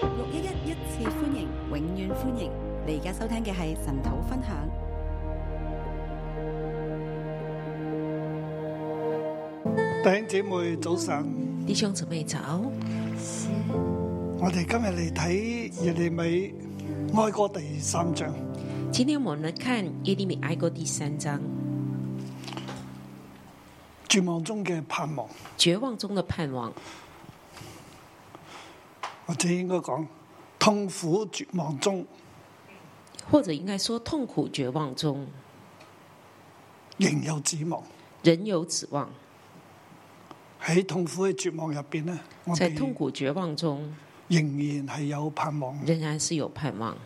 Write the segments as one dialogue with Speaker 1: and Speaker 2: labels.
Speaker 1: 六一一一次歡迎，永遠歡迎！你而家收聽嘅係神土分享。
Speaker 2: 弟兄姊妹早晨，
Speaker 3: 弟兄姊妹早，
Speaker 2: 我哋今日嚟睇耶利米哀歌第三章。
Speaker 3: 今天我们来看耶利米哀歌第三章，
Speaker 2: 絕望中嘅盼望，
Speaker 3: 绝望中的盼望，
Speaker 2: 或者應該講痛苦絕望中，
Speaker 3: 或者应该说痛苦绝望中
Speaker 2: 仍有指望。
Speaker 3: 仍有指望。
Speaker 2: 喺痛苦嘅絕望入邊呢，我
Speaker 3: 在
Speaker 2: 哋
Speaker 3: 痛苦绝望中，
Speaker 2: 仍然係有盼望。
Speaker 3: 仍然是有盼望。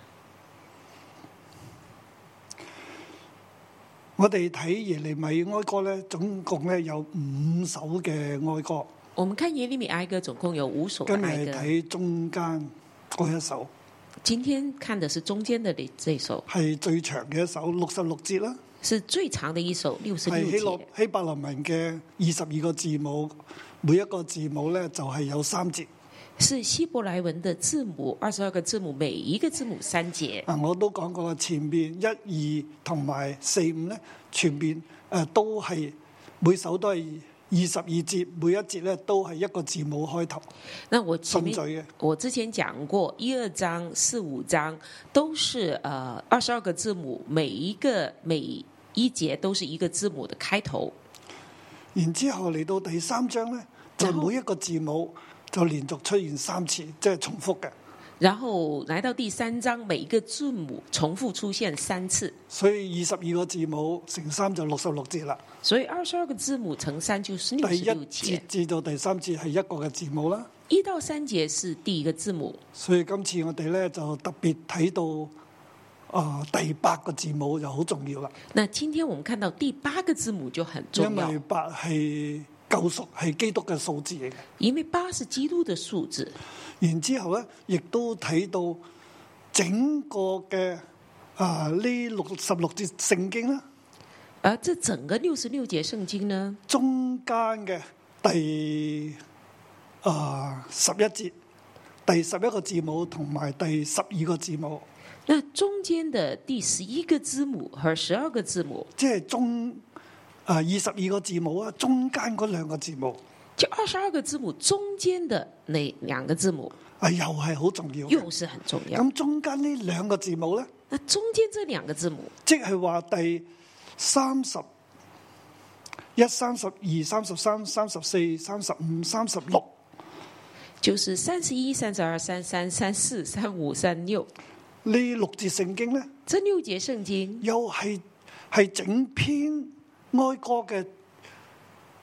Speaker 2: 我哋睇耶利米哀歌咧，總共咧有五首嘅哀歌，
Speaker 3: 我们看耶利米哀歌，总共有五首的
Speaker 2: 今日
Speaker 3: 哀
Speaker 2: 係
Speaker 3: 歌。
Speaker 2: 睇中間嗰一首，
Speaker 3: 今天看的是中间的这这首，
Speaker 2: 係最長嘅一首，六十六節啦。
Speaker 3: 是最长的一首，六十
Speaker 2: 係希
Speaker 3: 六
Speaker 2: 洛
Speaker 3: 节。
Speaker 2: 希伯來文嘅二十二個字母，每一個字母咧就係有三節。
Speaker 3: 是希伯来文的字母，二十二个字母，每一个字母三节。
Speaker 2: 啊，我都講過啦，前面一二同埋四五咧，全面誒、呃都係每首都係二十二節，每一節咧都係一個字母開頭
Speaker 3: 那我前
Speaker 2: 順
Speaker 3: 面
Speaker 2: 序嘅。
Speaker 3: 我之前讲过，一二章、四五章都是呃二十二个字母，每一个每一节都是一个字母的开头，
Speaker 2: 然之後嚟到第三章咧，就
Speaker 3: 然後
Speaker 2: 每一個字母就連續出現三次，即係重複嘅。
Speaker 3: 然后来到第三章，每一个字母重复出现三次，
Speaker 2: 所以二十二個字母乘三就六十六節啦。
Speaker 3: 所以二十二个字母乘三就是六
Speaker 2: 第
Speaker 3: 十
Speaker 2: 一
Speaker 3: 六
Speaker 2: 節
Speaker 3: 节。
Speaker 2: 至到第三節係一個嘅字母啦。
Speaker 3: 一到三节是第一个字母，
Speaker 2: 所以今次我哋咧就特別睇到啊、第八個字母就好重要啦，
Speaker 3: 那今天我们看到第八个字母就很重
Speaker 2: 因
Speaker 3: 要
Speaker 2: 為，八係救贖係基督嘅數字嚟嘅。
Speaker 3: 因为八是基督的数字，
Speaker 2: 然之後咧，亦都睇到整個嘅啊呢六十六節聖經啦，
Speaker 3: 而这整个六十六节圣经呢，
Speaker 2: 中間嘅第啊十一節、第十一個字母同埋第十二個字母，
Speaker 3: 那中间的第十一个字母和十二个字母，
Speaker 2: 即係中啊二十二個字母啊，中間嗰兩個字母。
Speaker 3: 就二十二个字母中间的那两个字母，
Speaker 2: 啊，又係好重要嘅。
Speaker 3: 又是很重要。
Speaker 2: 咁中間呢兩個字母咧，
Speaker 3: 那中间这两个字母，
Speaker 2: 即係話第三十一、三十二、三十三、三十四、三十五、三十六
Speaker 3: 就是三十一、三十二、三三、三四、三五、三六
Speaker 2: 呢六節聖經咧，
Speaker 3: 这六节圣经，
Speaker 2: 又係係整篇哀歌嘅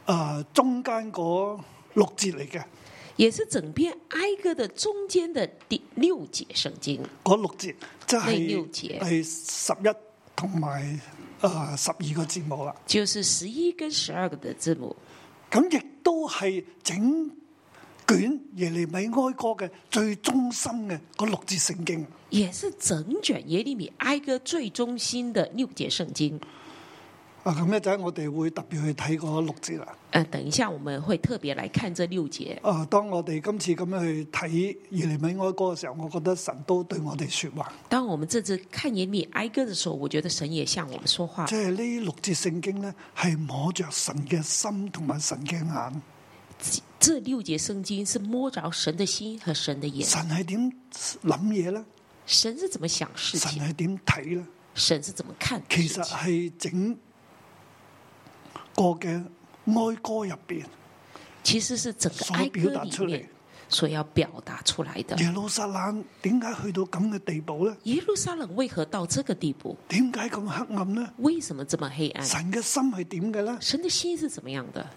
Speaker 2: 啊、中間嗰六節嚟嘅，
Speaker 3: 也是整篇哀歌的中间的第六节圣经，
Speaker 2: 嗰六節即
Speaker 3: 呢六
Speaker 2: 係
Speaker 3: 節
Speaker 2: 第十一同埋啊十二個字母啦。
Speaker 3: 就是十一跟十二个的字母，
Speaker 2: 咁亦都係整卷耶利米哀歌嘅最中心嘅嗰六節聖經，
Speaker 3: 也是整卷耶利米哀歌最中心的六节圣经。
Speaker 2: 啊咁一陣我哋會特別去睇嗰六節啦。
Speaker 3: 呃，等一下我们會特別來看這六節。
Speaker 2: 啊，當我哋今次咁樣去睇耶利米哀歌嘅時候，我覺得神都對我哋說話，
Speaker 3: 當我們這次看耶利米哀歌的時候，我覺得神也向我們說話
Speaker 2: 即。係呢六節聖經呢，係摸着神嘅心同埋神嘅眼，
Speaker 3: 這六節聖經是摸着神的心和神的眼，
Speaker 2: 神係點諗嘢呢？
Speaker 3: 神是怎麼想事
Speaker 2: 神
Speaker 3: 情，
Speaker 2: 係點睇呢？
Speaker 3: 神是怎麼看事
Speaker 2: 其
Speaker 3: 情
Speaker 2: 實。係整個嘅哀歌入邊，
Speaker 3: 其實是整個哀歌
Speaker 2: 所表達出嚟
Speaker 3: 裡面所要表達出來的。
Speaker 2: 耶路撒冷點解去到咁嘅地步呢？
Speaker 3: 耶路撒冷為何到這個地步？
Speaker 2: 點解咁黑暗呢？
Speaker 3: 為什麼這麼黑暗？
Speaker 2: 神嘅心係點嘅呢？
Speaker 3: 神的心是怎麼樣的？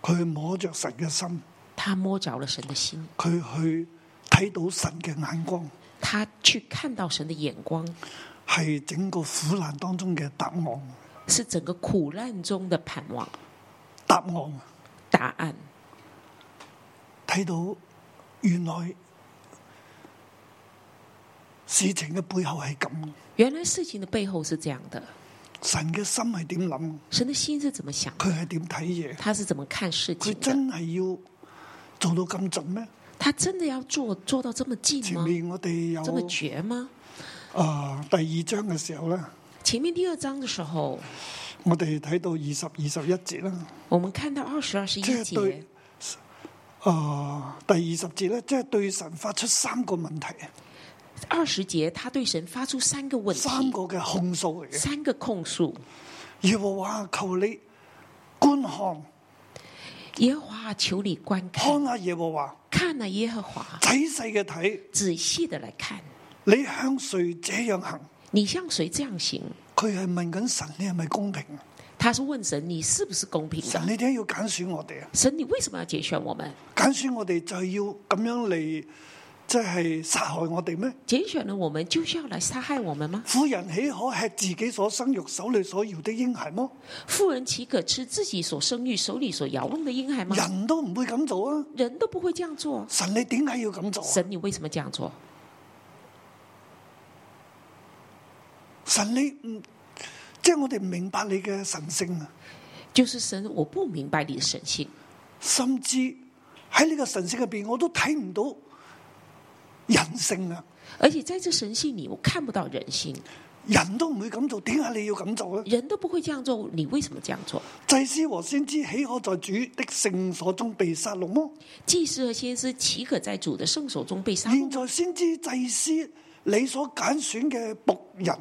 Speaker 2: 佢摸着神嘅心，
Speaker 3: 他摸着了神的心，
Speaker 2: 佢去睇到神嘅眼光，
Speaker 3: 他去看到神的眼光，
Speaker 2: 係整個苦難當中嘅答案。
Speaker 3: 是整個苦難中的盼望
Speaker 2: 答案
Speaker 3: 答案。
Speaker 2: 睇到原來事情嘅背後係咁，
Speaker 3: 原來事情的背後是這樣的，
Speaker 2: 神嘅心係點諗，
Speaker 3: 神的心是怎麼想，
Speaker 2: 佢係點睇嘢，
Speaker 3: 他是怎麼看事
Speaker 2: 佢
Speaker 3: 情的？
Speaker 2: 真係要做到咁盡咩？
Speaker 3: 他真的要做做到这么近
Speaker 2: 前
Speaker 3: 吗？
Speaker 2: 面我哋有
Speaker 3: 这么绝吗？
Speaker 2: 啊、第二章嘅時候咧，
Speaker 3: 前面第二章的時候，
Speaker 2: 我哋睇到二十二十一節啦，
Speaker 3: 我們看到二十二十一
Speaker 2: 即係對
Speaker 3: 節，
Speaker 2: 啊、第二十節咧，即係對神發出三個問題，
Speaker 3: 二十節他對神發出三個問題，
Speaker 2: 三個嘅控訴嚟嘅。
Speaker 3: 三個控訴。
Speaker 2: 耶和華求你觀看，
Speaker 3: 耶和華，求你觀看，
Speaker 2: 看下耶和華，
Speaker 3: 看啊，耶和華，
Speaker 2: 仔細嘅睇，
Speaker 3: 仔細的來看，
Speaker 2: 你向誰這樣行？
Speaker 3: 你向誰這樣行？
Speaker 2: 佢係問緊神，你係咪公平？
Speaker 3: 他是問神，你是不是公平
Speaker 2: 神
Speaker 3: 的？
Speaker 2: 你點解要揀選我哋啊？
Speaker 3: 神，你為什麼要揀選我們？
Speaker 2: 揀選我哋就係要咁樣嚟，即係殺害我哋咩？
Speaker 3: 揀選了我們，就是要來殺害我們嗎？
Speaker 2: 婦人岂可吃自己所生育、手裏所搖的嬰孩麼？
Speaker 3: 婦人岂可吃自己所生育、手裏所搖弄的嬰孩嗎？
Speaker 2: 人都唔會咁做啊！
Speaker 3: 人都不會這樣做。
Speaker 2: 神你點解要咁做啊？
Speaker 3: 神，你為什麼這樣做？
Speaker 2: 神你唔即係我哋唔明白你嘅神性啊！
Speaker 3: 就是神，我不明白你的神性，
Speaker 2: 甚至喺呢個神性入邊，我都睇唔到人性啊！
Speaker 3: 而且在這神性裡，我看不到人性。
Speaker 2: 人都唔會咁做，點解你要咁做咧？
Speaker 3: 人都不會這樣做，你為什麼這樣做？
Speaker 2: 祭司和先知豈可在主的聖所中被殺戮麼？
Speaker 3: 祭司和先知岂可在主的圣手中被杀
Speaker 2: 現
Speaker 3: 戮？
Speaker 2: 在先知祭司你所揀選嘅仆人，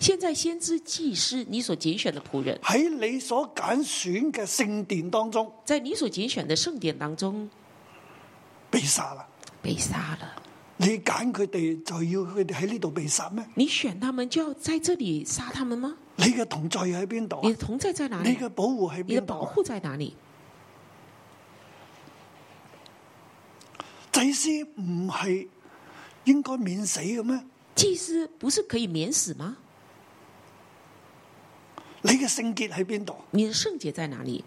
Speaker 3: 现在先知祭司，你所拣选的仆人，
Speaker 2: 喺你所揀選嘅聖殿當中
Speaker 3: 在你所拣选的圣殿当中
Speaker 2: 被殺啦！
Speaker 3: 被杀了。
Speaker 2: 你揀佢哋就要佢哋喺呢度被殺咩？
Speaker 3: 你选他们，就要在這裡殺他们嗎？
Speaker 2: 你嘅同在喺邊度啊
Speaker 3: 你的同在在哪
Speaker 2: 你
Speaker 3: 裡？
Speaker 2: 嘅保護喺
Speaker 3: 你的
Speaker 2: 邊度
Speaker 3: 保
Speaker 2: 啊？
Speaker 3: 护在哪裡？
Speaker 2: 祭司唔係應該免死嘅咩？
Speaker 3: 祭司不是可以免死嗎？
Speaker 2: 你嘅聖潔喺邊度？
Speaker 3: 你的圣洁在哪裡？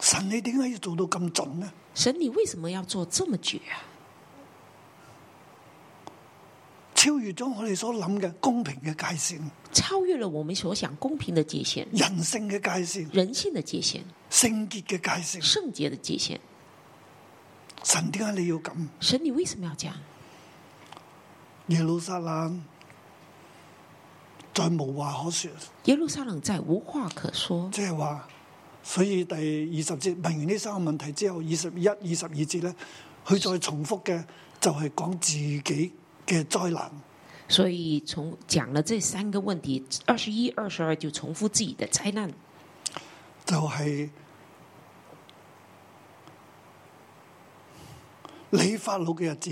Speaker 2: 神你點解要做到咁盡呢？
Speaker 3: 神，你為什麼要做這麼絕啊？
Speaker 2: 超越咗我哋所諗嘅公平嘅界線、
Speaker 3: 超越了我們所想公平的界限、
Speaker 2: 人性嘅界線、
Speaker 3: 人性的界限、
Speaker 2: 聖潔嘅界線。
Speaker 3: 圣洁的界限。
Speaker 2: 神點解你要咁？
Speaker 3: 神，你為什麼要這樣？
Speaker 2: 耶路撒冷再無話可說，
Speaker 3: 耶路撒冷再無話可說。
Speaker 2: 即係話，所以第二十節問完呢三個問題之後，二十一、二十二節呢，佢再重複嘅就係講自己嘅災難。
Speaker 3: 所以從講了這三個問題，二十一、二十二就重複自己的災難，
Speaker 2: 就係你法老嘅日子，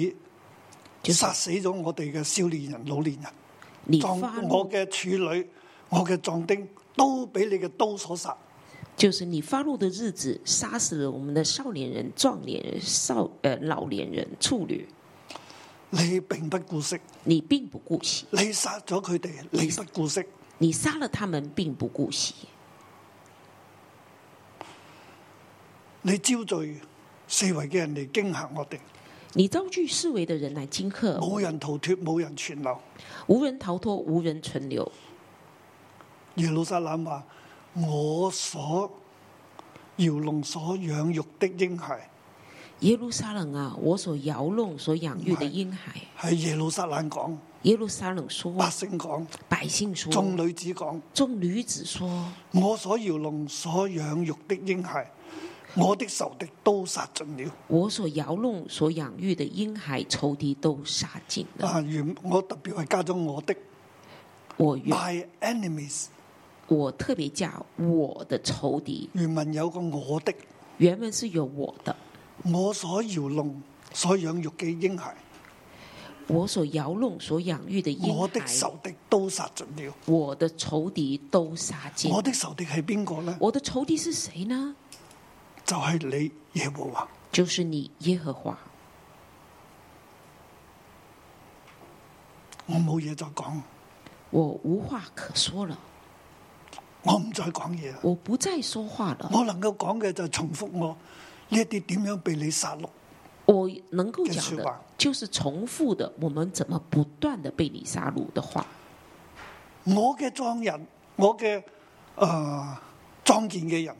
Speaker 3: 就是
Speaker 2: 殺死咗我哋嘅少年人、老年人，
Speaker 3: 你
Speaker 2: 壯
Speaker 3: 發
Speaker 2: 我
Speaker 3: 怒，
Speaker 2: 嘅處女、我嘅壯丁都俾你嘅刀所殺。
Speaker 3: 就是你發怒的日子，殺死了我們的少年人、壯年人、少呃老年人、處女，
Speaker 2: 你並不顧惜，
Speaker 3: 你並不顧惜，
Speaker 2: 你殺咗佢哋，你不顧惜。
Speaker 3: 你殺了他們並不顧惜，
Speaker 2: 你招聚四圍嘅人嚟驚嚇我哋，
Speaker 3: 你招聚四圍的人來驚嚇我，
Speaker 2: 冇人逃脱，冇人存留。
Speaker 3: 無人逃脫，無人存留。
Speaker 2: 耶路撒冷話：我所搖弄、所養育的嬰孩，
Speaker 3: 耶路撒冷啊，我所搖弄、所養育的嬰孩，
Speaker 2: 係耶路撒冷講。
Speaker 3: 耶路撒冷說，
Speaker 2: 百姓講，
Speaker 3: 百姓說，
Speaker 2: 眾女子講，
Speaker 3: 眾女子說。
Speaker 2: 我所搖弄、所養育的嬰孩，我的仇敵都殺盡了。
Speaker 3: 我所摇弄、所养育的婴孩，仇敌都杀尽了。
Speaker 2: 啊，原我特別係加咗我的
Speaker 3: 我原
Speaker 2: my enemies，
Speaker 3: 我特别加我的仇敌，
Speaker 2: 原文有個我的，
Speaker 3: 原文是有我的。
Speaker 2: 我所搖弄、所養育嘅嬰孩，
Speaker 3: 我所摇弄、所养育的婴
Speaker 2: 我的
Speaker 3: 孩，
Speaker 2: 仇敵都殺盡了。
Speaker 3: 我的仇敌都杀尽。
Speaker 2: 我的仇敵係邊個呢？
Speaker 3: 我的仇敌是谁呢？
Speaker 2: 就係你耶和華。
Speaker 3: 就是你耶和华。
Speaker 2: 我冇嘢再講，
Speaker 3: 我无话可说了，
Speaker 2: 我唔再講嘢啦。
Speaker 3: 我不再说话了。
Speaker 2: 我能夠講嘅就係重複我呢一啲點樣被你殺戮。
Speaker 3: 我能够讲
Speaker 2: 跟随
Speaker 3: 的
Speaker 2: 吧，
Speaker 3: 就是重复的，我们怎么不断的被你杀戮的话。
Speaker 2: 我嘅莊人，我嘅誒、呃、莊健嘅人，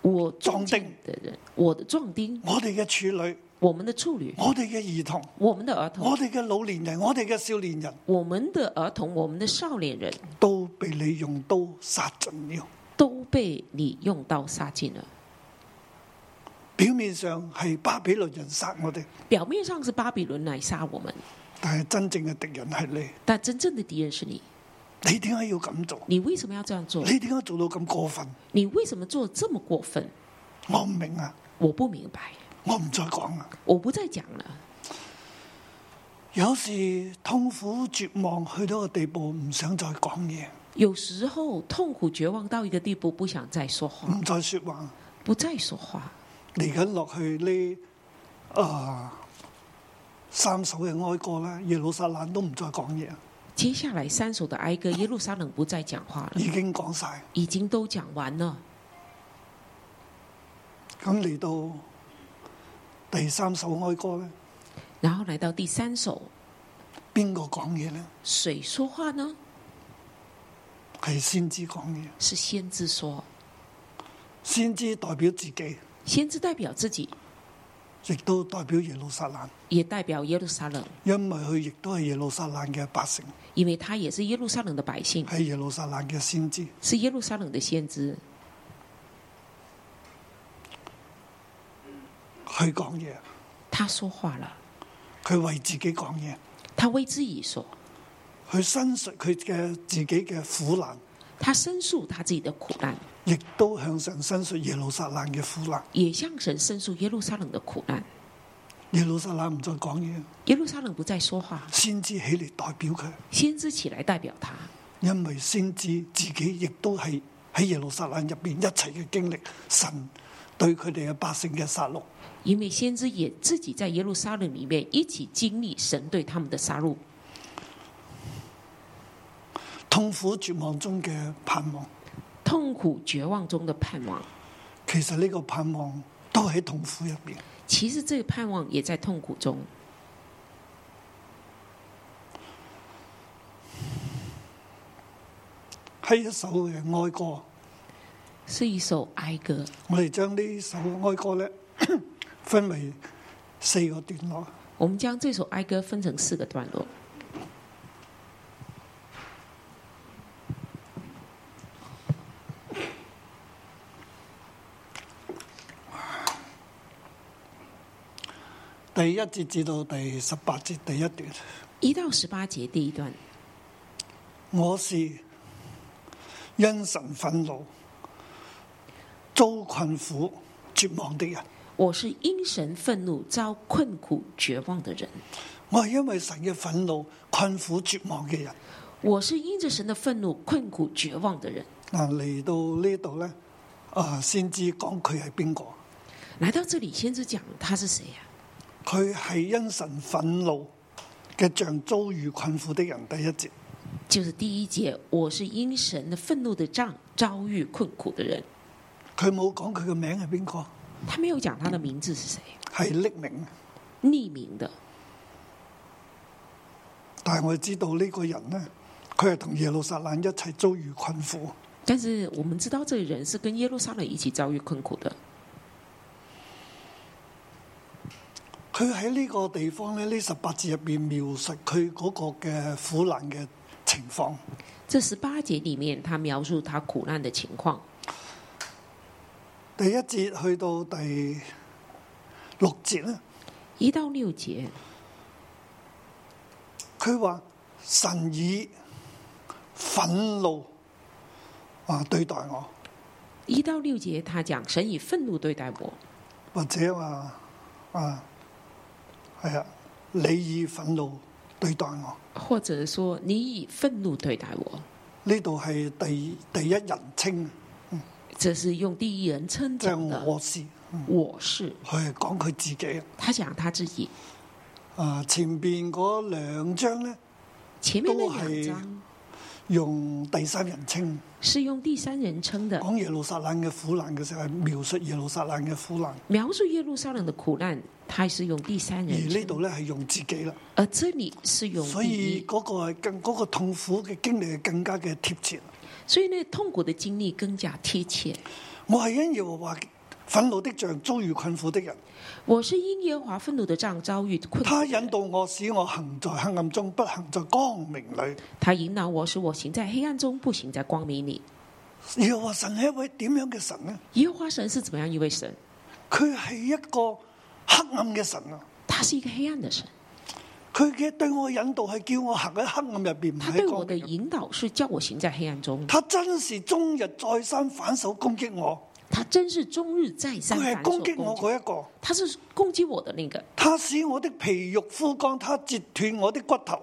Speaker 3: 我
Speaker 2: 壯丁
Speaker 3: 尊敬的人，我的壮丁，
Speaker 2: 我哋嘅處女，
Speaker 3: 我们的处女，
Speaker 2: 我哋嘅兒童，
Speaker 3: 我们的儿童，
Speaker 2: 我哋嘅老年人，我哋嘅少年人
Speaker 3: 我们的儿童，我们的少年人
Speaker 2: 都被你用刀殺盡了。
Speaker 3: 都被你用刀杀尽了。
Speaker 2: 表面上係巴比倫人殺我哋，
Speaker 3: 表面上是巴比伦来杀我们，
Speaker 2: 但係真正嘅敵人係你。
Speaker 3: 但真正的敌人是你。
Speaker 2: 你點解要咁做？
Speaker 3: 你为什么要这样做？
Speaker 2: 你點解做到咁過分？
Speaker 3: 你为什么做这么过分？
Speaker 2: 我唔明啊，
Speaker 3: 我不明白，
Speaker 2: 我唔再講啊。
Speaker 3: 我不再讲了。
Speaker 2: 有時痛苦絕望去到個地步，唔想再講嘢，
Speaker 3: 有时候痛苦绝望到一个地步，不想再说话，
Speaker 2: 唔再說話。
Speaker 3: 不再说话。
Speaker 2: 嚟緊落去呢啊三首嘅哀歌啦，耶路撒冷都唔再講嘢，
Speaker 3: 接下来三首的哀歌，耶路撒冷不再讲话了，
Speaker 2: 已經講晒。
Speaker 3: 已经都讲完了。
Speaker 2: 咁嚟到第三首哀歌咧，
Speaker 3: 然后来到第三首，
Speaker 2: 邊個講嘢咧？
Speaker 3: 谁说话呢？
Speaker 2: 係先知講嘢，
Speaker 3: 是先知说，
Speaker 2: 先知代表自己，
Speaker 3: 先知代表自己，
Speaker 2: 亦都代表耶路撒冷，
Speaker 3: 也代表耶路撒冷，
Speaker 2: 因為佢亦都係耶路撒冷嘅百姓，
Speaker 3: 因为他也是耶路撒冷的百姓，
Speaker 2: 係耶路撒冷嘅先知。
Speaker 3: 是耶路撒冷的先知。
Speaker 2: 佢講嘢，
Speaker 3: 他说话了，
Speaker 2: 佢為自己講嘢，
Speaker 3: 他为自己说，
Speaker 2: 佢申述佢嘅自己嘅苦難，
Speaker 3: 他申诉他自己的苦难，
Speaker 2: 亦都向神申述耶路撒冷嘅苦難。
Speaker 3: 也向神申诉耶路撒冷的苦难。
Speaker 2: 耶路撒冷唔再講嘢，
Speaker 3: 耶路撒冷不再说话，
Speaker 2: 先知起嚟代表佢，
Speaker 3: 先知起来代表他，
Speaker 2: 因為先知自己亦都係喺耶路撒冷入邊一齊嘅經歷神對佢哋嘅百姓嘅殺戮。
Speaker 3: 因为先知也自己在耶路撒冷里面一起经历神对他们的杀戮，
Speaker 2: 痛苦絕望中嘅盼望，
Speaker 3: 痛苦绝望中的盼望。
Speaker 2: 其實呢個盼望都喺痛苦入邊。
Speaker 3: 其实这个盼望也在痛苦中。
Speaker 2: 係一首嘅哀歌，
Speaker 3: 是一首哀歌。
Speaker 2: 我哋將呢首哀歌咧分為四個段落。
Speaker 3: 我们将这首哀歌分成四个段落。
Speaker 2: 第一節至到第十八節第一段，
Speaker 3: 一到十八节第一段，
Speaker 2: 我是因神憤怒、遭困苦、絕望的人。
Speaker 3: 我是因神愤怒遭困苦绝望的人，
Speaker 2: 我係因為神嘅憤怒、困苦、絕望嘅人。
Speaker 3: 我是因着神的愤怒困苦绝望的人。
Speaker 2: 嗱，嚟到呢度咧，啊，先知講佢係邊個？
Speaker 3: 来到这里，先知讲他是谁啊呀、
Speaker 2: 佢係因神憤怒嘅像遭遇困苦的人。第一節，
Speaker 3: 就是第一节，我是因神的愤怒的杖遭遇困苦的人。
Speaker 2: 佢冇講佢嘅名係邊個，
Speaker 3: 他没有讲他的名字是谁，
Speaker 2: 係匿名。
Speaker 3: 匿名的。
Speaker 2: 但係我知道呢個人咧，佢係同耶路撒冷一齊遭遇困苦。
Speaker 3: 但是我们知道这个人是跟耶路撒冷一起遭遇困苦的。
Speaker 2: 佢喺呢個地方咧，呢十八節入邊描述佢嗰個嘅苦難嘅情況。
Speaker 3: 这十八节里面，他描述他苦难的情况。
Speaker 2: 第一節去到第六節咧，
Speaker 3: 一到六节，
Speaker 2: 佢話神以憤怒啊對待我，
Speaker 3: 一到六节他讲神以愤怒对待我，
Speaker 2: 或者話啊係啊，你以憤怒對待我。
Speaker 3: 或者说你以愤怒对待我，
Speaker 2: 呢度係第第一人稱，
Speaker 3: 这是用第一人称
Speaker 2: 即係
Speaker 3: 讲的。
Speaker 2: 我嗯是，
Speaker 3: 我是
Speaker 2: 佢係講佢自己。
Speaker 3: 他讲他自己。
Speaker 2: 啊，前邊嗰兩章咧。
Speaker 3: 前面
Speaker 2: 都
Speaker 3: 那
Speaker 2: 係
Speaker 3: 两章
Speaker 2: 用第三人稱
Speaker 3: 是用第三人称的，
Speaker 2: 講耶路撒冷嘅苦難嘅時候，係描述耶路撒冷嘅苦難。
Speaker 3: 描述耶路撒冷的苦难，他是用第三
Speaker 2: 而
Speaker 3: 人
Speaker 2: 呢
Speaker 3: 称，
Speaker 2: 度咧係用自己啦，
Speaker 3: 而这里是用
Speaker 2: 所
Speaker 3: 第
Speaker 2: 以
Speaker 3: 一。
Speaker 2: 嗰個係更嗰、個痛苦嘅經歷係更加嘅貼切。
Speaker 3: 所以那痛苦的经历更加贴切。
Speaker 2: 我係因耶和華憤怒的像遭遇困苦的人，
Speaker 3: 我是因耶和华愤怒的杖遭遇困苦
Speaker 2: 他
Speaker 3: 的人，
Speaker 2: 引導我，使我行在黑暗中，不行在光明裏。
Speaker 3: 他引导我，使我行在黑暗中，不行在光明里。
Speaker 2: 耶和華神係一位點樣嘅神呢？
Speaker 3: 耶和华神是怎么样一位神？
Speaker 2: 佢係一個黑暗嘅神啊！
Speaker 3: 他是一个黑暗的神，
Speaker 2: 佢嘅對我嘅引導係叫我行喺黑暗入边，唔
Speaker 3: 他对
Speaker 2: 喺
Speaker 3: 我
Speaker 2: 光
Speaker 3: 的
Speaker 2: 明入。
Speaker 3: 引导是叫我行在黑暗中。
Speaker 2: 他真是終日再三反手攻擊我，
Speaker 3: 他真是终日再三
Speaker 2: 佢
Speaker 3: 反
Speaker 2: 係
Speaker 3: 手
Speaker 2: 攻
Speaker 3: 攻
Speaker 2: 擊我
Speaker 3: 击，
Speaker 2: 嗰一個。
Speaker 3: 他是攻击我的那个，
Speaker 2: 他使我的皮肉枯乾，他截斷我的骨頭，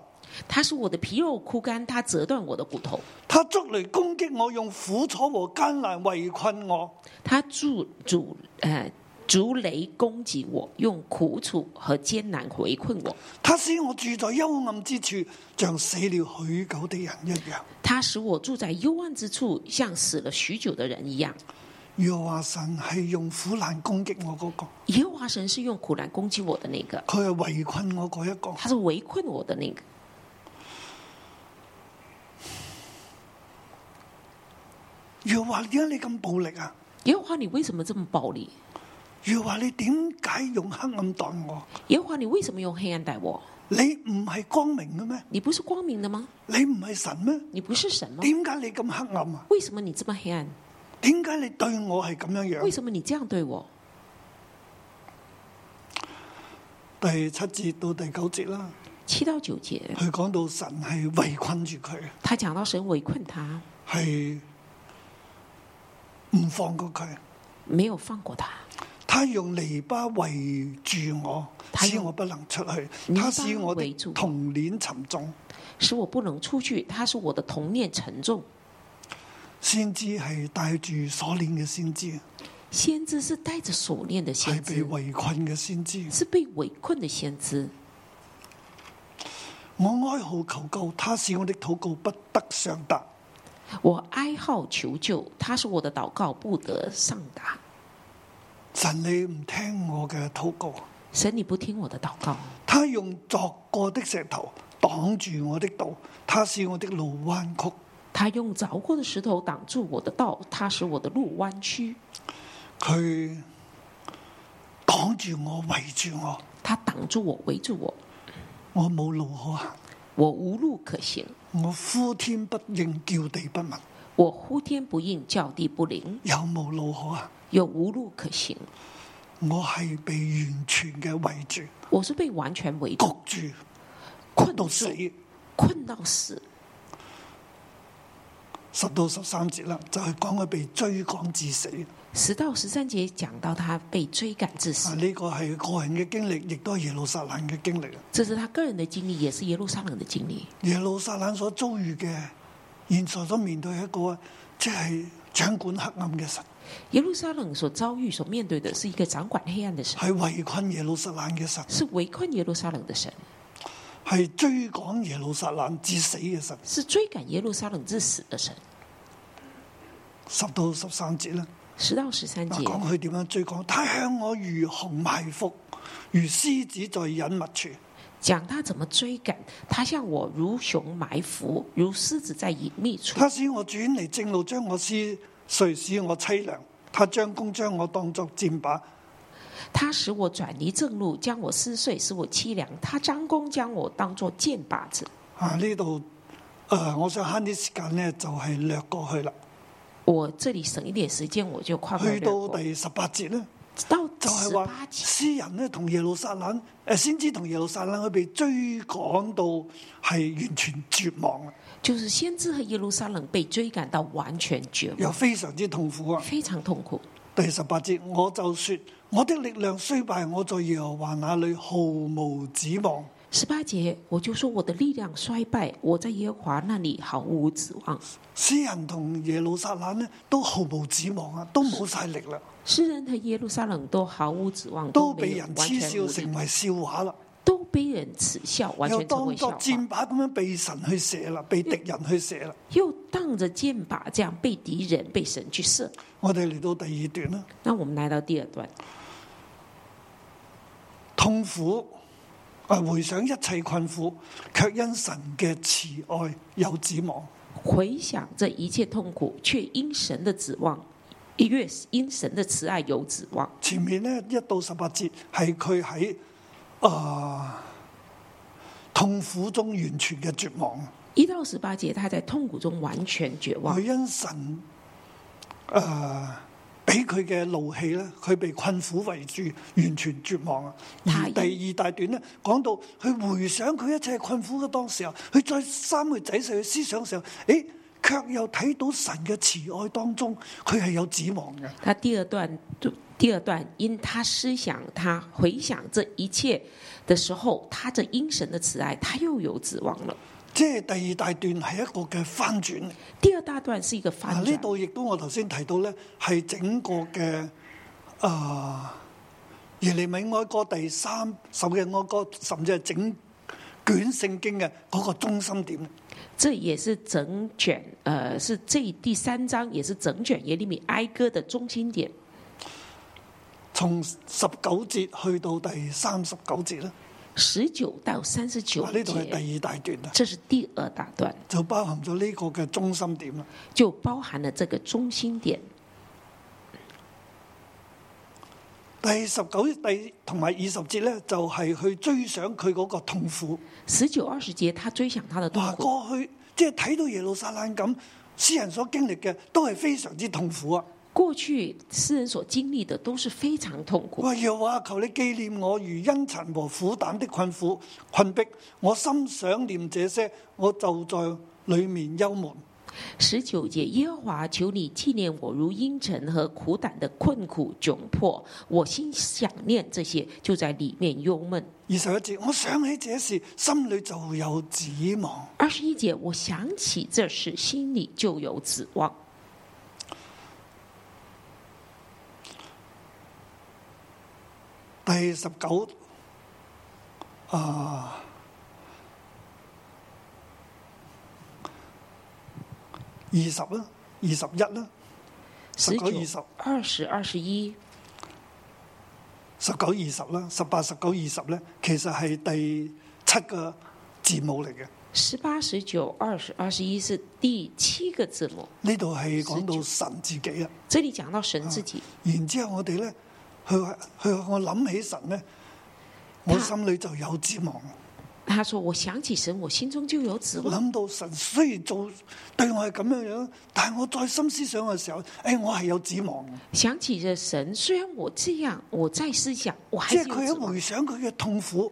Speaker 3: 他是我的皮肉枯干，他折断我的骨头，
Speaker 2: 他捉嚟攻擊我，用苦楚和艱難圍困我。
Speaker 3: 他筑筑呃竹雷攻击我，用苦楚和艰难围困我。
Speaker 2: 他使我住在幽暗之處，像死了許久的人一樣。
Speaker 3: 他使我住在幽暗之处，像死了许久的人一样。
Speaker 2: 耶和華神係用苦難攻擊我嗰、個，
Speaker 3: 耶和华神是用苦难攻击我的那个，
Speaker 2: 佢係圍困我嗰一個。
Speaker 3: 他是围困我的那个。
Speaker 2: 耶和華點解你咁暴力啊？
Speaker 3: 耶和华，你为什么这么暴力？
Speaker 2: 耶和華你點解用黑暗待我？
Speaker 3: 耶和华，你为什么用黑暗待我？
Speaker 2: 你唔係光明嘅咩？
Speaker 3: 你不是光明的吗？
Speaker 2: 你唔係神咩？
Speaker 3: 你不是神吗？
Speaker 2: 點解你咁黑暗啊？
Speaker 3: 为什么你这么黑暗？
Speaker 2: 點解你對我係咁樣
Speaker 3: 为
Speaker 2: 樣？
Speaker 3: 什么你这样对我？
Speaker 2: 第七節到第九節啦。
Speaker 3: 七到九节，
Speaker 2: 佢講到神係圍困住佢，
Speaker 3: 他讲到神围困他，
Speaker 2: 係唔放過佢。
Speaker 3: 没有放过他，
Speaker 2: 他用篱笆圍住我，
Speaker 3: 他
Speaker 2: 使
Speaker 3: 用
Speaker 2: 我不能出去。
Speaker 3: 籬笆
Speaker 2: 他使我的
Speaker 3: 圍住我
Speaker 2: 童年沉重。
Speaker 3: 使我不能出去。他使我的童念沉重。
Speaker 2: 先知係帶住鎖鏈嘅先知，
Speaker 3: 先知是带着锁链的先
Speaker 2: 係被
Speaker 3: 知，
Speaker 2: 圍困嘅先知。
Speaker 3: 是被围困的先知。
Speaker 2: 我哀號求救，他使我的禱告不得上達。
Speaker 3: 我哀号求救，他是我的祷告不得上达。
Speaker 2: 神你唔聽我嘅禱告，
Speaker 3: 神，你不听我的祷告，
Speaker 2: 他用鑿過的石頭擋住我的道，他使我的路彎曲。
Speaker 3: 他用凿过的石头挡住我的道，他使我的路弯曲，
Speaker 2: 佢擋住我，圍住我，
Speaker 3: 他挡住我，围住我，
Speaker 2: 我冇路可行。
Speaker 3: 我无路可行，
Speaker 2: 我呼天不應，叫地不聞，
Speaker 3: 我呼天不应，叫地不灵，
Speaker 2: 有無路可行？
Speaker 3: 又无路可行，
Speaker 2: 我係被完全嘅圍住、
Speaker 3: 我是被完全围住、
Speaker 2: 焗住、
Speaker 3: 困
Speaker 2: 到
Speaker 3: 住、
Speaker 2: 死。
Speaker 3: 困到死。
Speaker 2: 十到十三節啦，就係講佢被追趕致死。
Speaker 3: 十到十三节讲到他被追赶致
Speaker 2: 啊，
Speaker 3: 死，
Speaker 2: 呢個係個人嘅經歷，亦都係耶路撒冷嘅經歷。
Speaker 3: 这是他个人的经历，也是耶路撒冷的经历。
Speaker 2: 耶路撒冷所遭遇嘅，現在所面對一個即係掌管黑暗嘅神，
Speaker 3: 耶路撒冷所遭遇、所面对的是一个掌管黑暗的神，
Speaker 2: 係圍困耶路撒冷嘅神。
Speaker 3: 是围困耶路撒冷的神，
Speaker 2: 係追趕耶路撒冷至死嘅神，
Speaker 3: 是追赶耶路撒冷致死的神。
Speaker 2: 十到十三節啦，
Speaker 3: 十到十三
Speaker 2: 嗱
Speaker 3: 节，
Speaker 2: 講佢點樣追趕。他向我如熊埋伏，如獅子在隱密處。
Speaker 3: 讲他怎么追赶，他向我如熊埋伏，如狮子在隐秘处。
Speaker 2: 他使我轉離正路，將我撕碎，使我凄涼。他將弓將我當作箭靶，
Speaker 3: 他使我转离正路，将我撕碎，使我凄凉。他张弓将我当作箭靶子。
Speaker 2: 啊呢度，诶、我想慳啲時間呢，就係掠過去啦。
Speaker 3: 我这里省一点时间，我就快快
Speaker 2: 去
Speaker 3: 略
Speaker 2: 到
Speaker 3: 过。
Speaker 2: 第十八節呢，
Speaker 3: 到
Speaker 2: 就
Speaker 3: 十
Speaker 2: 係
Speaker 3: 八
Speaker 2: 話
Speaker 3: 节，
Speaker 2: 詩人呢同耶路撒冷，诶、先知同耶路撒冷，佢被追趕到係完全絕望啦。啊
Speaker 3: 就是先知和耶路撒冷被追赶到完全绝
Speaker 2: 又
Speaker 3: 望，
Speaker 2: 非常之痛苦啊！
Speaker 3: 非常痛苦。
Speaker 2: 第十八節，我就說：我的力量衰敗，我在耶和華那裏毫無指望。
Speaker 3: 十八节，我就说我的力量衰败，我在耶和华那里毫无指望。
Speaker 2: 詩人同耶路撒冷呢都毫無指望啊，都冇晒力啦，
Speaker 3: 诗人和耶路撒冷都毫无指望，
Speaker 2: 都
Speaker 3: 没
Speaker 2: 被
Speaker 3: 有
Speaker 2: 人
Speaker 3: 完
Speaker 2: 恥
Speaker 3: 全
Speaker 2: 笑
Speaker 3: 无力
Speaker 2: 成為笑話啦，
Speaker 3: 都被人耻笑，完
Speaker 2: 又
Speaker 3: 全成
Speaker 2: 當
Speaker 3: 为笑
Speaker 2: 作
Speaker 3: 话，
Speaker 2: 箭靶咁樣被神去射啦，被敵人去射啦。
Speaker 3: 又当着箭靶这样被敌人、被神去射。
Speaker 2: 我哋嚟到第二段啦，
Speaker 3: 那我们来到第二段，
Speaker 2: 痛苦啊，回想一切困苦，卻因神嘅慈愛有指望。
Speaker 3: 回想这一切痛苦，却因神的指望一月因神的慈爱有指望。
Speaker 2: 前面呢，一到十八節係佢喺啊痛苦中完全嘅絕望，
Speaker 3: 一到十八节，他在痛苦中完全绝
Speaker 2: 佢
Speaker 3: 望，
Speaker 2: 因神诶 俾佢嘅怒氣咧，佢被困苦圍住，完全絕望啊！
Speaker 3: 太
Speaker 2: 而第二大段咧講到佢回想佢一切困苦嘅當時候，佢再三去仔細去思想嘅時候，誒卻又睇到神嘅慈愛當中，佢係有指望嘅。
Speaker 3: 他第二段，第二段，因他思想，他回想这一切的时候，他这因神的慈爱，他又有指望了。
Speaker 2: 即係第二大段係一個嘅翻轉嚟。
Speaker 3: 第二大段是一个
Speaker 2: 啊！
Speaker 3: 反
Speaker 2: 呢
Speaker 3: 转，
Speaker 2: 度亦都我頭先提到咧，係整個嘅啊耶利米哀歌第三首嘅哀歌，甚至係整卷聖經嘅嗰個中心點。
Speaker 3: 这也是整卷，呃，是这第三章也是整卷耶利米哀歌的中心点，
Speaker 2: 從十九節去到第三十九節咧，
Speaker 3: 十九到三十九
Speaker 2: 嗱呢度係
Speaker 3: 节，
Speaker 2: 第二大段啦，
Speaker 3: 这是第二大段，
Speaker 2: 就包含咗呢個嘅中心點啦。
Speaker 3: 就包含了这个中心点。
Speaker 2: 第十九第同埋二十節咧，就係、去追想佢嗰個痛苦。
Speaker 3: 十九二十节，他追想他的痛
Speaker 2: 哇！
Speaker 3: 苦。
Speaker 2: 過去即係睇到耶路撒冷咁，詩人所經歷嘅都係非常之痛苦啊！
Speaker 3: 过去诗人所经历的都是非常痛苦。
Speaker 2: 我若話求你紀念我如因塵和苦膽的困苦困逼，我心想念這些，我就在裏面幽悶。
Speaker 3: 十九节，耶和华，求你纪念我如阴沉和苦胆的困苦窘迫，我心想念这些，就在里面忧闷。
Speaker 2: 二十一節，我想起這事，心裏就有指望。
Speaker 3: 二十一节，我想起这事，心里就有指望。
Speaker 2: 第十九啊，二十啦，二十一啦，
Speaker 3: 十
Speaker 2: 十九、
Speaker 3: 九
Speaker 2: 二、十、
Speaker 3: 二十、二十一、
Speaker 2: 十九、二十啦，十八、十九、二十咧，其實係第七個字母嚟嘅。
Speaker 3: 十八、十九、二十、二十一是第七个字母。
Speaker 2: 呢度係講到神自己啊。
Speaker 3: 这里讲到神自己，
Speaker 2: 然之後我哋咧，佢話佢話我諗起神咧，我心裏就有指望。
Speaker 3: 他说：“我想起神，我心中就有指望。”
Speaker 2: 諗到神雖然做對我係咁樣樣，但係我再深思想嘅時候，誒、我係有指望嘅。
Speaker 3: 想起这神，虽然我这样，我在思想，我还
Speaker 2: 即
Speaker 3: 是
Speaker 2: 係
Speaker 3: 有
Speaker 2: 佢
Speaker 3: 指
Speaker 2: 一
Speaker 3: 望
Speaker 2: 回。想佢嘅痛苦，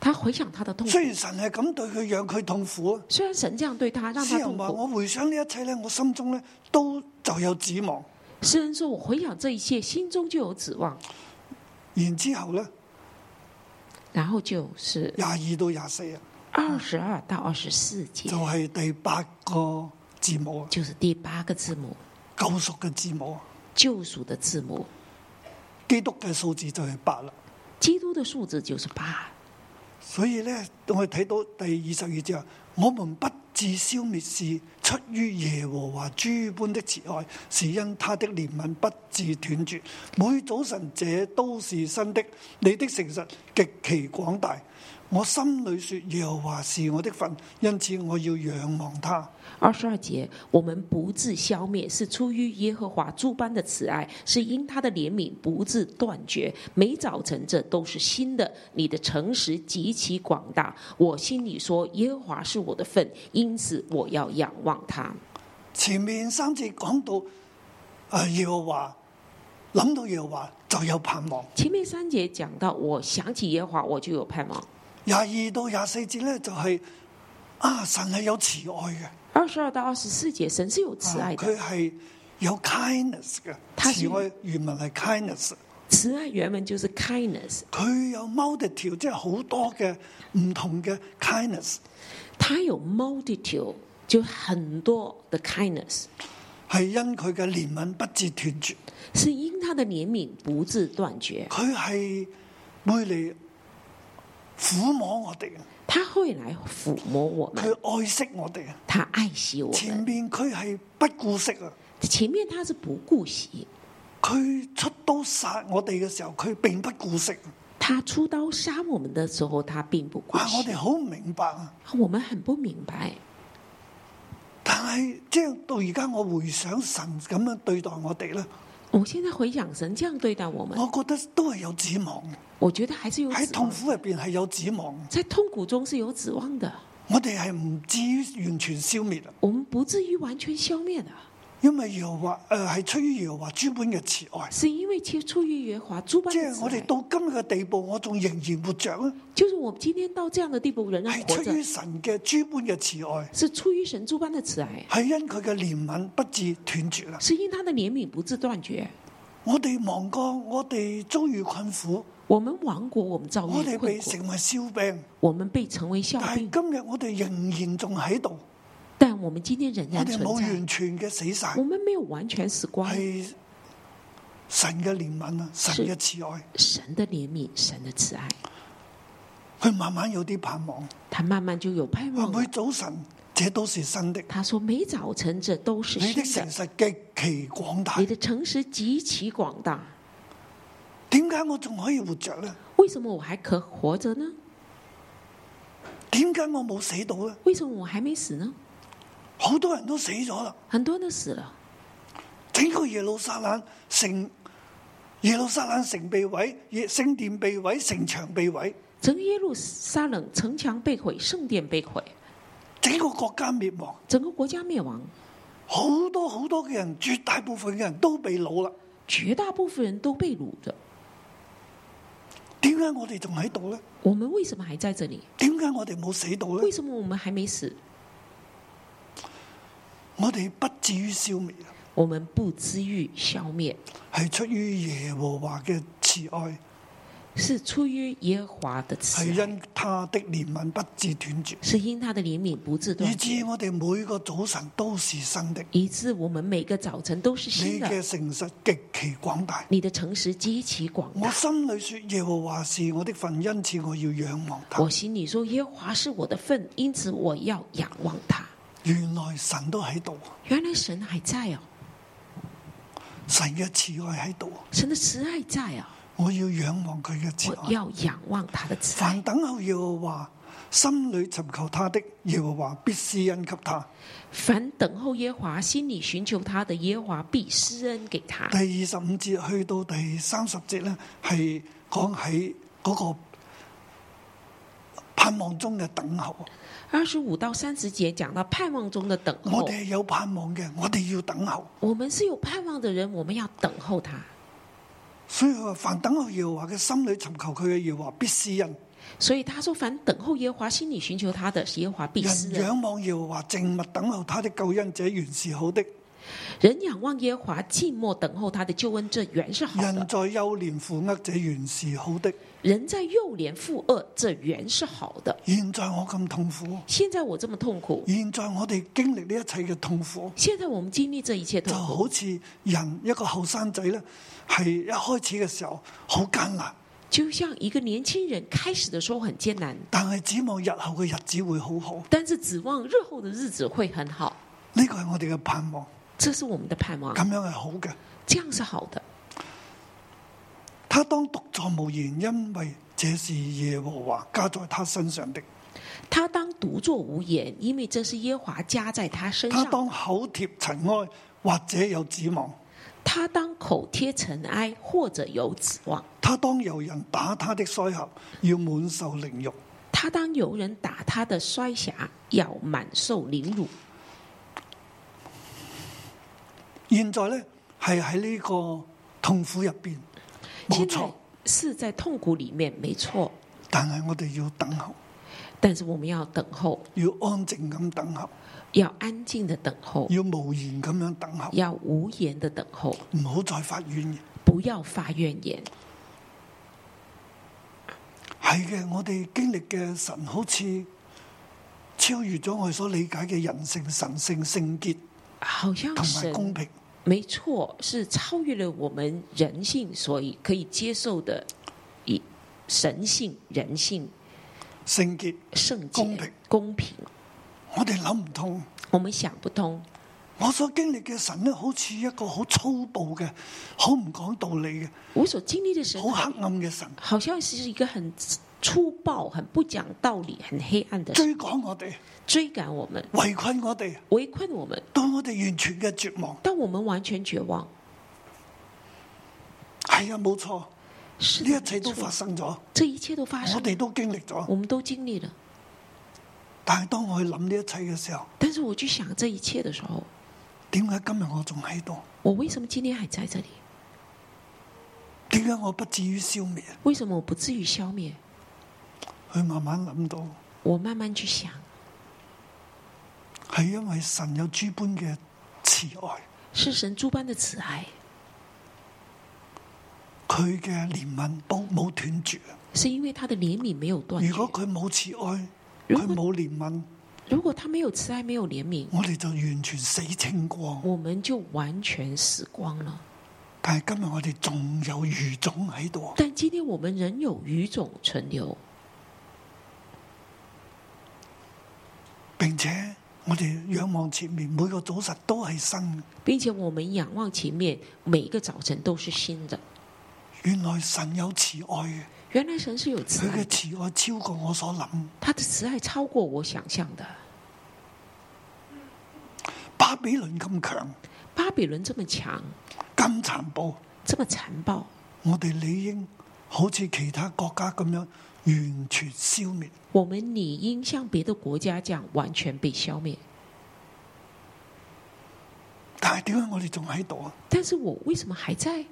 Speaker 3: 他回想他的痛苦，
Speaker 2: 雖然神係咁對佢，讓佢痛苦。
Speaker 3: 虽然神这样对他，让
Speaker 2: 詩
Speaker 3: 他
Speaker 2: 人
Speaker 3: 痛
Speaker 2: 話：
Speaker 3: 苦。
Speaker 2: 我回想呢一切咧，我心中咧都就有指望。
Speaker 3: 诗人说：“我回想这一切，心中就有指望。
Speaker 2: 然之後咧，”
Speaker 3: 然后就是
Speaker 2: 廿二到廿四啊，
Speaker 3: 二十二到二十四节
Speaker 2: 就，係第八個字母啊，
Speaker 3: 就是第八个字母，
Speaker 2: 救贖嘅字母啊，
Speaker 3: 救赎的字母。
Speaker 2: 基督嘅數字就係八啦。
Speaker 3: 基督的数字就是八，
Speaker 2: 所以咧，我哋睇到第二十二節啊，我們不致消滅是出於耶和華諸般的慈愛，是因他的憐憫不致斷絕。每早晨這都是新的，你的誠實極其廣大。我心裏說耶和華是我的份，因此我要仰望他。
Speaker 3: 二十二节，我们不自消灭，是出于耶和华诸般的慈爱，是因他的怜悯不自断绝。每早晨这都是新的，你的诚实极其广大。我心里说，耶和华是我的份，因此我要仰望他。
Speaker 2: 前面三節講到啊耶和華，諗到耶和華就有盼望。
Speaker 3: 前面三节讲到，我想起耶和华，我就有盼望。
Speaker 2: 廿二到廿四節咧就係、啊神係有慈愛嘅。
Speaker 3: 二十二到二十四节，神是有慈爱
Speaker 2: 啊佢
Speaker 3: 的，
Speaker 2: 係有 kindness 嘅，
Speaker 3: 他
Speaker 2: 慈
Speaker 3: 是
Speaker 2: 愛原文係 kindness。
Speaker 3: 慈爱原文就是 kindness，
Speaker 2: 佢有 multitude，即係好多嘅唔同嘅 kindness，
Speaker 3: 它有 multitude，就很多的 kindness。
Speaker 2: 係因佢嘅憐憫不致斷絕。
Speaker 3: 是因他的怜悯不自断绝，
Speaker 2: 佢係會嚟撫摸我哋嘅，
Speaker 3: 他会来抚摸我们，
Speaker 2: 佢愛惜我哋嘅。
Speaker 3: 他爱惜我
Speaker 2: 前
Speaker 3: 们。
Speaker 2: 面佢係不顧惜啊，
Speaker 3: 前面他是不顾惜，
Speaker 2: 佢出刀殺我哋嘅時候，佢並不顧惜。啊
Speaker 3: 他出刀杀我们的时候，他并不顾
Speaker 2: 哇！啊我
Speaker 3: 惜。
Speaker 2: 哋好唔明白啊！
Speaker 3: 我们很不明白，
Speaker 2: 但係即係到而家，我回想神咁樣對待我哋咧。
Speaker 3: 我现在回想神这样对待我们，
Speaker 2: 我覺得都係有指望嘅，
Speaker 3: 我觉得还是有指望
Speaker 2: 喺哦痛苦入邊係有指望嘅。
Speaker 3: 在痛苦中是有指望的。
Speaker 2: 我哋係唔至於完全消滅啊，
Speaker 3: 我们不至于完全消灭的，
Speaker 2: 因為耶和華誒係出於耶和華諸般嘅慈愛。
Speaker 3: 是因为其实出于耶和华诸般
Speaker 2: 即
Speaker 3: 的
Speaker 2: 係
Speaker 3: 慈
Speaker 2: 我哋
Speaker 3: 爱
Speaker 2: 到今日嘅地步，我仲仍然活着咧，
Speaker 3: 就是我们今天到这样的地步，仍然
Speaker 2: 係
Speaker 3: 活
Speaker 2: 出
Speaker 3: 着
Speaker 2: 於，神嘅諸般嘅慈愛，
Speaker 3: 是出于神诸般的慈爱，
Speaker 2: 係因佢嘅憐憫不致斷絕啦。
Speaker 3: 是因他的怜悯不致断绝。
Speaker 2: 我哋亡國，我哋遭遇困苦，
Speaker 3: 我们亡国，我们遭
Speaker 2: 我
Speaker 3: 遇
Speaker 2: 哋
Speaker 3: 困
Speaker 2: 被
Speaker 3: 苦，
Speaker 2: 成為笑柄，
Speaker 3: 我们被成为笑
Speaker 2: 但
Speaker 3: 柄
Speaker 2: 係，今日我哋仍然仲喺度，
Speaker 3: 但我们今天仍
Speaker 2: 我
Speaker 3: 然
Speaker 2: 哋
Speaker 3: 存
Speaker 2: 冇
Speaker 3: 在
Speaker 2: 完。全嘅死晒
Speaker 3: 我，们没有完全死光，
Speaker 2: 係神嘅憐憫啊，神嘅慈愛，
Speaker 3: 神的怜悯，神的慈爱，
Speaker 2: 佢慢慢有啲盼望。
Speaker 3: 他慢慢就有盼
Speaker 2: 話
Speaker 3: 望了
Speaker 2: 每。早晨，這都是新的，
Speaker 3: 他说：“每早晨这都是
Speaker 2: 你
Speaker 3: 新
Speaker 2: 的
Speaker 3: 的
Speaker 2: 誠，實極其廣大
Speaker 3: 你。的诚实极其广大。
Speaker 2: 點解我仲可以活着呢？
Speaker 3: 为什么我还可活着呢？
Speaker 2: 點解我冇死到呢？
Speaker 3: 为什么我还没死呢？
Speaker 2: 好多人都死咗啦，
Speaker 3: 很多人都死了，
Speaker 2: 整個耶路撒冷城，耶路撒冷城被毀，耶聖殿被毀，城牆被毀，
Speaker 3: 整个耶路撒冷城墙被毁，圣殿被毁，
Speaker 2: 整個國家滅亡，
Speaker 3: 整个国家灭亡，
Speaker 2: 好多好多嘅人，絕大部分嘅人都被擄啦。
Speaker 3: 绝大部分人都被掳着。
Speaker 2: 點解我哋仲喺度呢？
Speaker 3: 我们为什么还在这里？
Speaker 2: 點解我哋冇死到呢
Speaker 3: 为？什么我们还没死？
Speaker 2: 我哋不至於消滅啊，
Speaker 3: 我们不至于消灭，
Speaker 2: 係出於耶和華嘅慈愛，
Speaker 3: 是出于耶和华的慈
Speaker 2: 係
Speaker 3: 爱，
Speaker 2: 因他的憐憫不致斷絕，
Speaker 3: 是因他的怜悯不自
Speaker 2: 以
Speaker 3: 断
Speaker 2: 致
Speaker 3: 绝，
Speaker 2: 我哋每個早晨都是新的。
Speaker 3: 以致我们每个早晨都是啊
Speaker 2: 你
Speaker 3: 新
Speaker 2: 嘅誠
Speaker 3: 的。
Speaker 2: 實極其廣大。
Speaker 3: 你的诚实极其广
Speaker 2: 我
Speaker 3: 大。
Speaker 2: 心里说耶和华是我的份，因此我要仰望他
Speaker 3: 我。心里说，耶和华是我的份，因此我要仰望他。
Speaker 2: 原来神都喺度，
Speaker 3: 原来神还在哦，
Speaker 2: 神嘅慈爱喺度，
Speaker 3: 神的慈爱在哦，
Speaker 2: 我要仰望佢嘅慈
Speaker 3: 我
Speaker 2: 爱。
Speaker 3: 要仰望他的慈
Speaker 2: 凡
Speaker 3: 爱。
Speaker 2: 等候耶和华，心里寻求他的耶和华必施恩给他。
Speaker 3: 凡等候耶和华、心里寻求他的耶和华，必施恩给他。
Speaker 2: 第二十五节去到第三十节呢，系讲喺嗰个盼望中嘅等候。
Speaker 3: 二十五到三十节讲到盼望中的等
Speaker 2: 我
Speaker 3: 候，
Speaker 2: 哋係有盼望嘅，我哋要等候。
Speaker 3: 我们是有盼望的人，我们要等候他。
Speaker 2: 所以佢话凡等候耶和华嘅，心里寻求佢嘅耶和华必施恩。
Speaker 3: 所以他说，凡等候耶和华、心里寻求他的耶和华，必施
Speaker 2: 人
Speaker 3: 恩。
Speaker 2: 仰望耶和华，静默等候他的救恩者，原是好的。
Speaker 3: 人仰望耶和华，静默等候他的救恩，这原是好的。
Speaker 2: 人在幼年负軛者，原是好的。
Speaker 3: 人在幼年负恶，这原是好的。
Speaker 2: 现在我咁痛苦，
Speaker 3: 现在我这么痛苦，
Speaker 2: 现在我哋经历呢一切嘅痛苦，
Speaker 3: 现在我们经历这一切
Speaker 2: 就
Speaker 3: 痛苦，
Speaker 2: 好似人一个后生仔呢，系一开始嘅时候好艰难，
Speaker 3: 就像一个年轻人开始的时候很艰难，
Speaker 2: 但系指望日后嘅日子会好好。
Speaker 3: 但是指望日后的日子会很好，
Speaker 2: 呢个系我哋嘅盼望，
Speaker 3: 这是我们的盼望，
Speaker 2: 咁样系好嘅。
Speaker 3: 这样是好的。
Speaker 2: 他当独坐无言，因为这是耶和华加在他身上的。
Speaker 3: 他当独坐无言，因为这是耶和华加在他身
Speaker 2: 他
Speaker 3: 上；
Speaker 2: 当口贴尘埃，或者有指望。
Speaker 3: 他当口贴尘埃，或者有指望；
Speaker 2: 他當由人打他的腮合，要滿受凌辱。
Speaker 3: 他当有人打他的衰瑕，要满受凌辱。
Speaker 2: 現在呢，係喺呢個痛苦入邊，冇
Speaker 3: 现在
Speaker 2: 錯。
Speaker 3: 是在痛苦里面，没错。
Speaker 2: 但係我哋要等候，
Speaker 3: 但是我们要等候，
Speaker 2: 要安靜咁等候，
Speaker 3: 要安靜的等候，
Speaker 2: 要無言咁樣等候，
Speaker 3: 要无言的等候，
Speaker 2: 唔好再發怨言。
Speaker 3: 不要发怨言。
Speaker 2: 係嘅，我哋經歷嘅神好似超越咗我哋所理解嘅人性、神性、聖潔
Speaker 3: 好像
Speaker 2: 同埋公
Speaker 3: 神
Speaker 2: 平。
Speaker 3: 没错，是超越了我们人性所以可以接受的，以神性、人性、
Speaker 2: 聖潔，
Speaker 3: 圣
Speaker 2: 公
Speaker 3: 洁
Speaker 2: 平、
Speaker 3: 公平，
Speaker 2: 我哋諗唔通。
Speaker 3: 我们想不通。
Speaker 2: 我所經歷嘅神呢，好似一個好粗暴嘅、好唔講道理
Speaker 3: 我所经历的神
Speaker 2: 嘅、，好黑暗嘅神。
Speaker 3: 好像是一个很粗暴、很不讲道理、很黑暗的神
Speaker 2: 追趕我哋，
Speaker 3: 追赶我们、
Speaker 2: 圍困我哋，
Speaker 3: 围困我们，
Speaker 2: 到我哋完全嘅絕望。
Speaker 3: 当我们完全绝望。
Speaker 2: 係啊，冇錯，呢
Speaker 3: 是
Speaker 2: 一
Speaker 3: 的，
Speaker 2: 切都
Speaker 3: 没错
Speaker 2: 發生咗，
Speaker 3: 这一切都发
Speaker 2: 我
Speaker 3: 生，
Speaker 2: 哋都經歷咗。
Speaker 3: 我们都经历了。
Speaker 2: 但係當我去諗呢一切嘅時候，
Speaker 3: 但是我去想这一切的时候，
Speaker 2: 點解今日我仲喺度？
Speaker 3: 我为什么今天还在这里？
Speaker 2: 點解我不至於消滅？
Speaker 3: 为什么我不至于消灭？
Speaker 2: 去慢慢諗到，
Speaker 3: 我慢慢去想，
Speaker 2: 係因為神有諸般嘅慈愛，
Speaker 3: 是神诸般的慈爱，
Speaker 2: 佢嘅憐憫冇冇斷絕。
Speaker 3: 是因为他的怜悯没有断
Speaker 2: 如果
Speaker 3: 绝。
Speaker 2: 佢冇慈愛，
Speaker 3: 如
Speaker 2: 佢
Speaker 3: 果
Speaker 2: 冇憐憫，
Speaker 3: 如果他没有慈爱，没有怜悯，
Speaker 2: 我哋就完全死清光。
Speaker 3: 我们就完全死光了。
Speaker 2: 但係今日我哋仲有餘種喺度，
Speaker 3: 但今天我们仍有余种存留，
Speaker 2: 並且我哋仰望前面，每個早晨都係新嘅。
Speaker 3: 并且我们仰望前面，每一个早晨都是新的。
Speaker 2: 原來神有慈愛嘅，
Speaker 3: 原来神是有慈
Speaker 2: 佢
Speaker 3: 爱
Speaker 2: 嘅
Speaker 3: 的，
Speaker 2: 慈愛超過我所諗。
Speaker 3: 他的慈爱超过我想象的。
Speaker 2: 巴比倫咁強，
Speaker 3: 巴比伦这么强，
Speaker 2: 咁殘暴，
Speaker 3: 这么残暴，
Speaker 2: 我哋理應好似其他國家咁樣完全消滅。
Speaker 3: 我们理应像别的国家这样完全被消灭。
Speaker 2: 但係點解我哋仲喺度啊？
Speaker 3: 但是我为什么还在？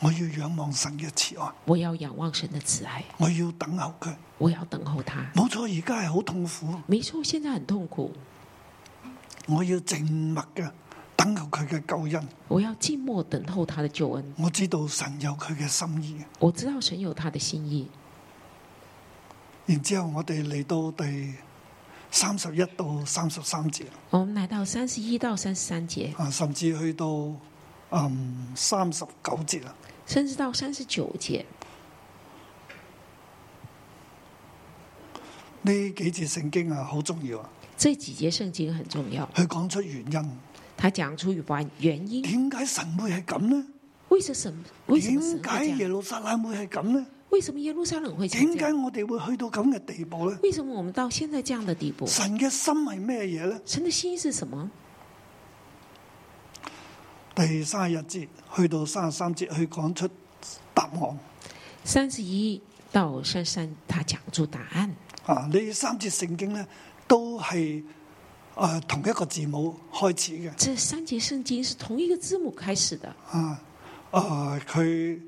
Speaker 2: 我要仰望神嘅慈愛，
Speaker 3: 我要仰望神的慈爱，
Speaker 2: 我要等候佢。
Speaker 3: 我要等候他。
Speaker 2: 冇錯，而家係好痛苦，
Speaker 3: 没错，现在很痛苦，
Speaker 2: 我要靜默嘅等候佢嘅救恩。
Speaker 3: 我要静默等候他的救恩。
Speaker 2: 我知道神有佢嘅心意。
Speaker 3: 我知道神有他的心意。
Speaker 2: 然之後我哋嚟到第三十一到三十三節。
Speaker 3: 我们来到三十一到三十三节，
Speaker 2: 啊，甚至去到嗯三十九節啊，
Speaker 3: 甚至到三十九节，
Speaker 2: 呢幾節聖經啊好重要啊，
Speaker 3: 这几节圣经很重要。
Speaker 2: 佢講出原因，
Speaker 3: 他讲出原原因，
Speaker 2: 點解神會係咁呢？
Speaker 3: 为什么神为什么
Speaker 2: 點
Speaker 3: 神会
Speaker 2: 解
Speaker 3: 这
Speaker 2: 耶
Speaker 3: 样？
Speaker 2: 路撒冷會係咁呢？
Speaker 3: 为什么耶路撒冷会成
Speaker 2: 點
Speaker 3: 这
Speaker 2: 解
Speaker 3: 样？
Speaker 2: 我哋會去到咁嘅地步呢？
Speaker 3: 为什么我们到现在这样的地步？
Speaker 2: 神嘅心係咩嘢呢？
Speaker 3: 神的心意是什么？
Speaker 2: 第三十一節去到三十三節，去講出答案
Speaker 3: 三十一到三十三，他讲出答案。
Speaker 2: 啊！呢三節聖經呢，都係啊同一個字母開始嘅。
Speaker 3: 这三节圣经是同一个字母开始的，
Speaker 2: 啊，啊佢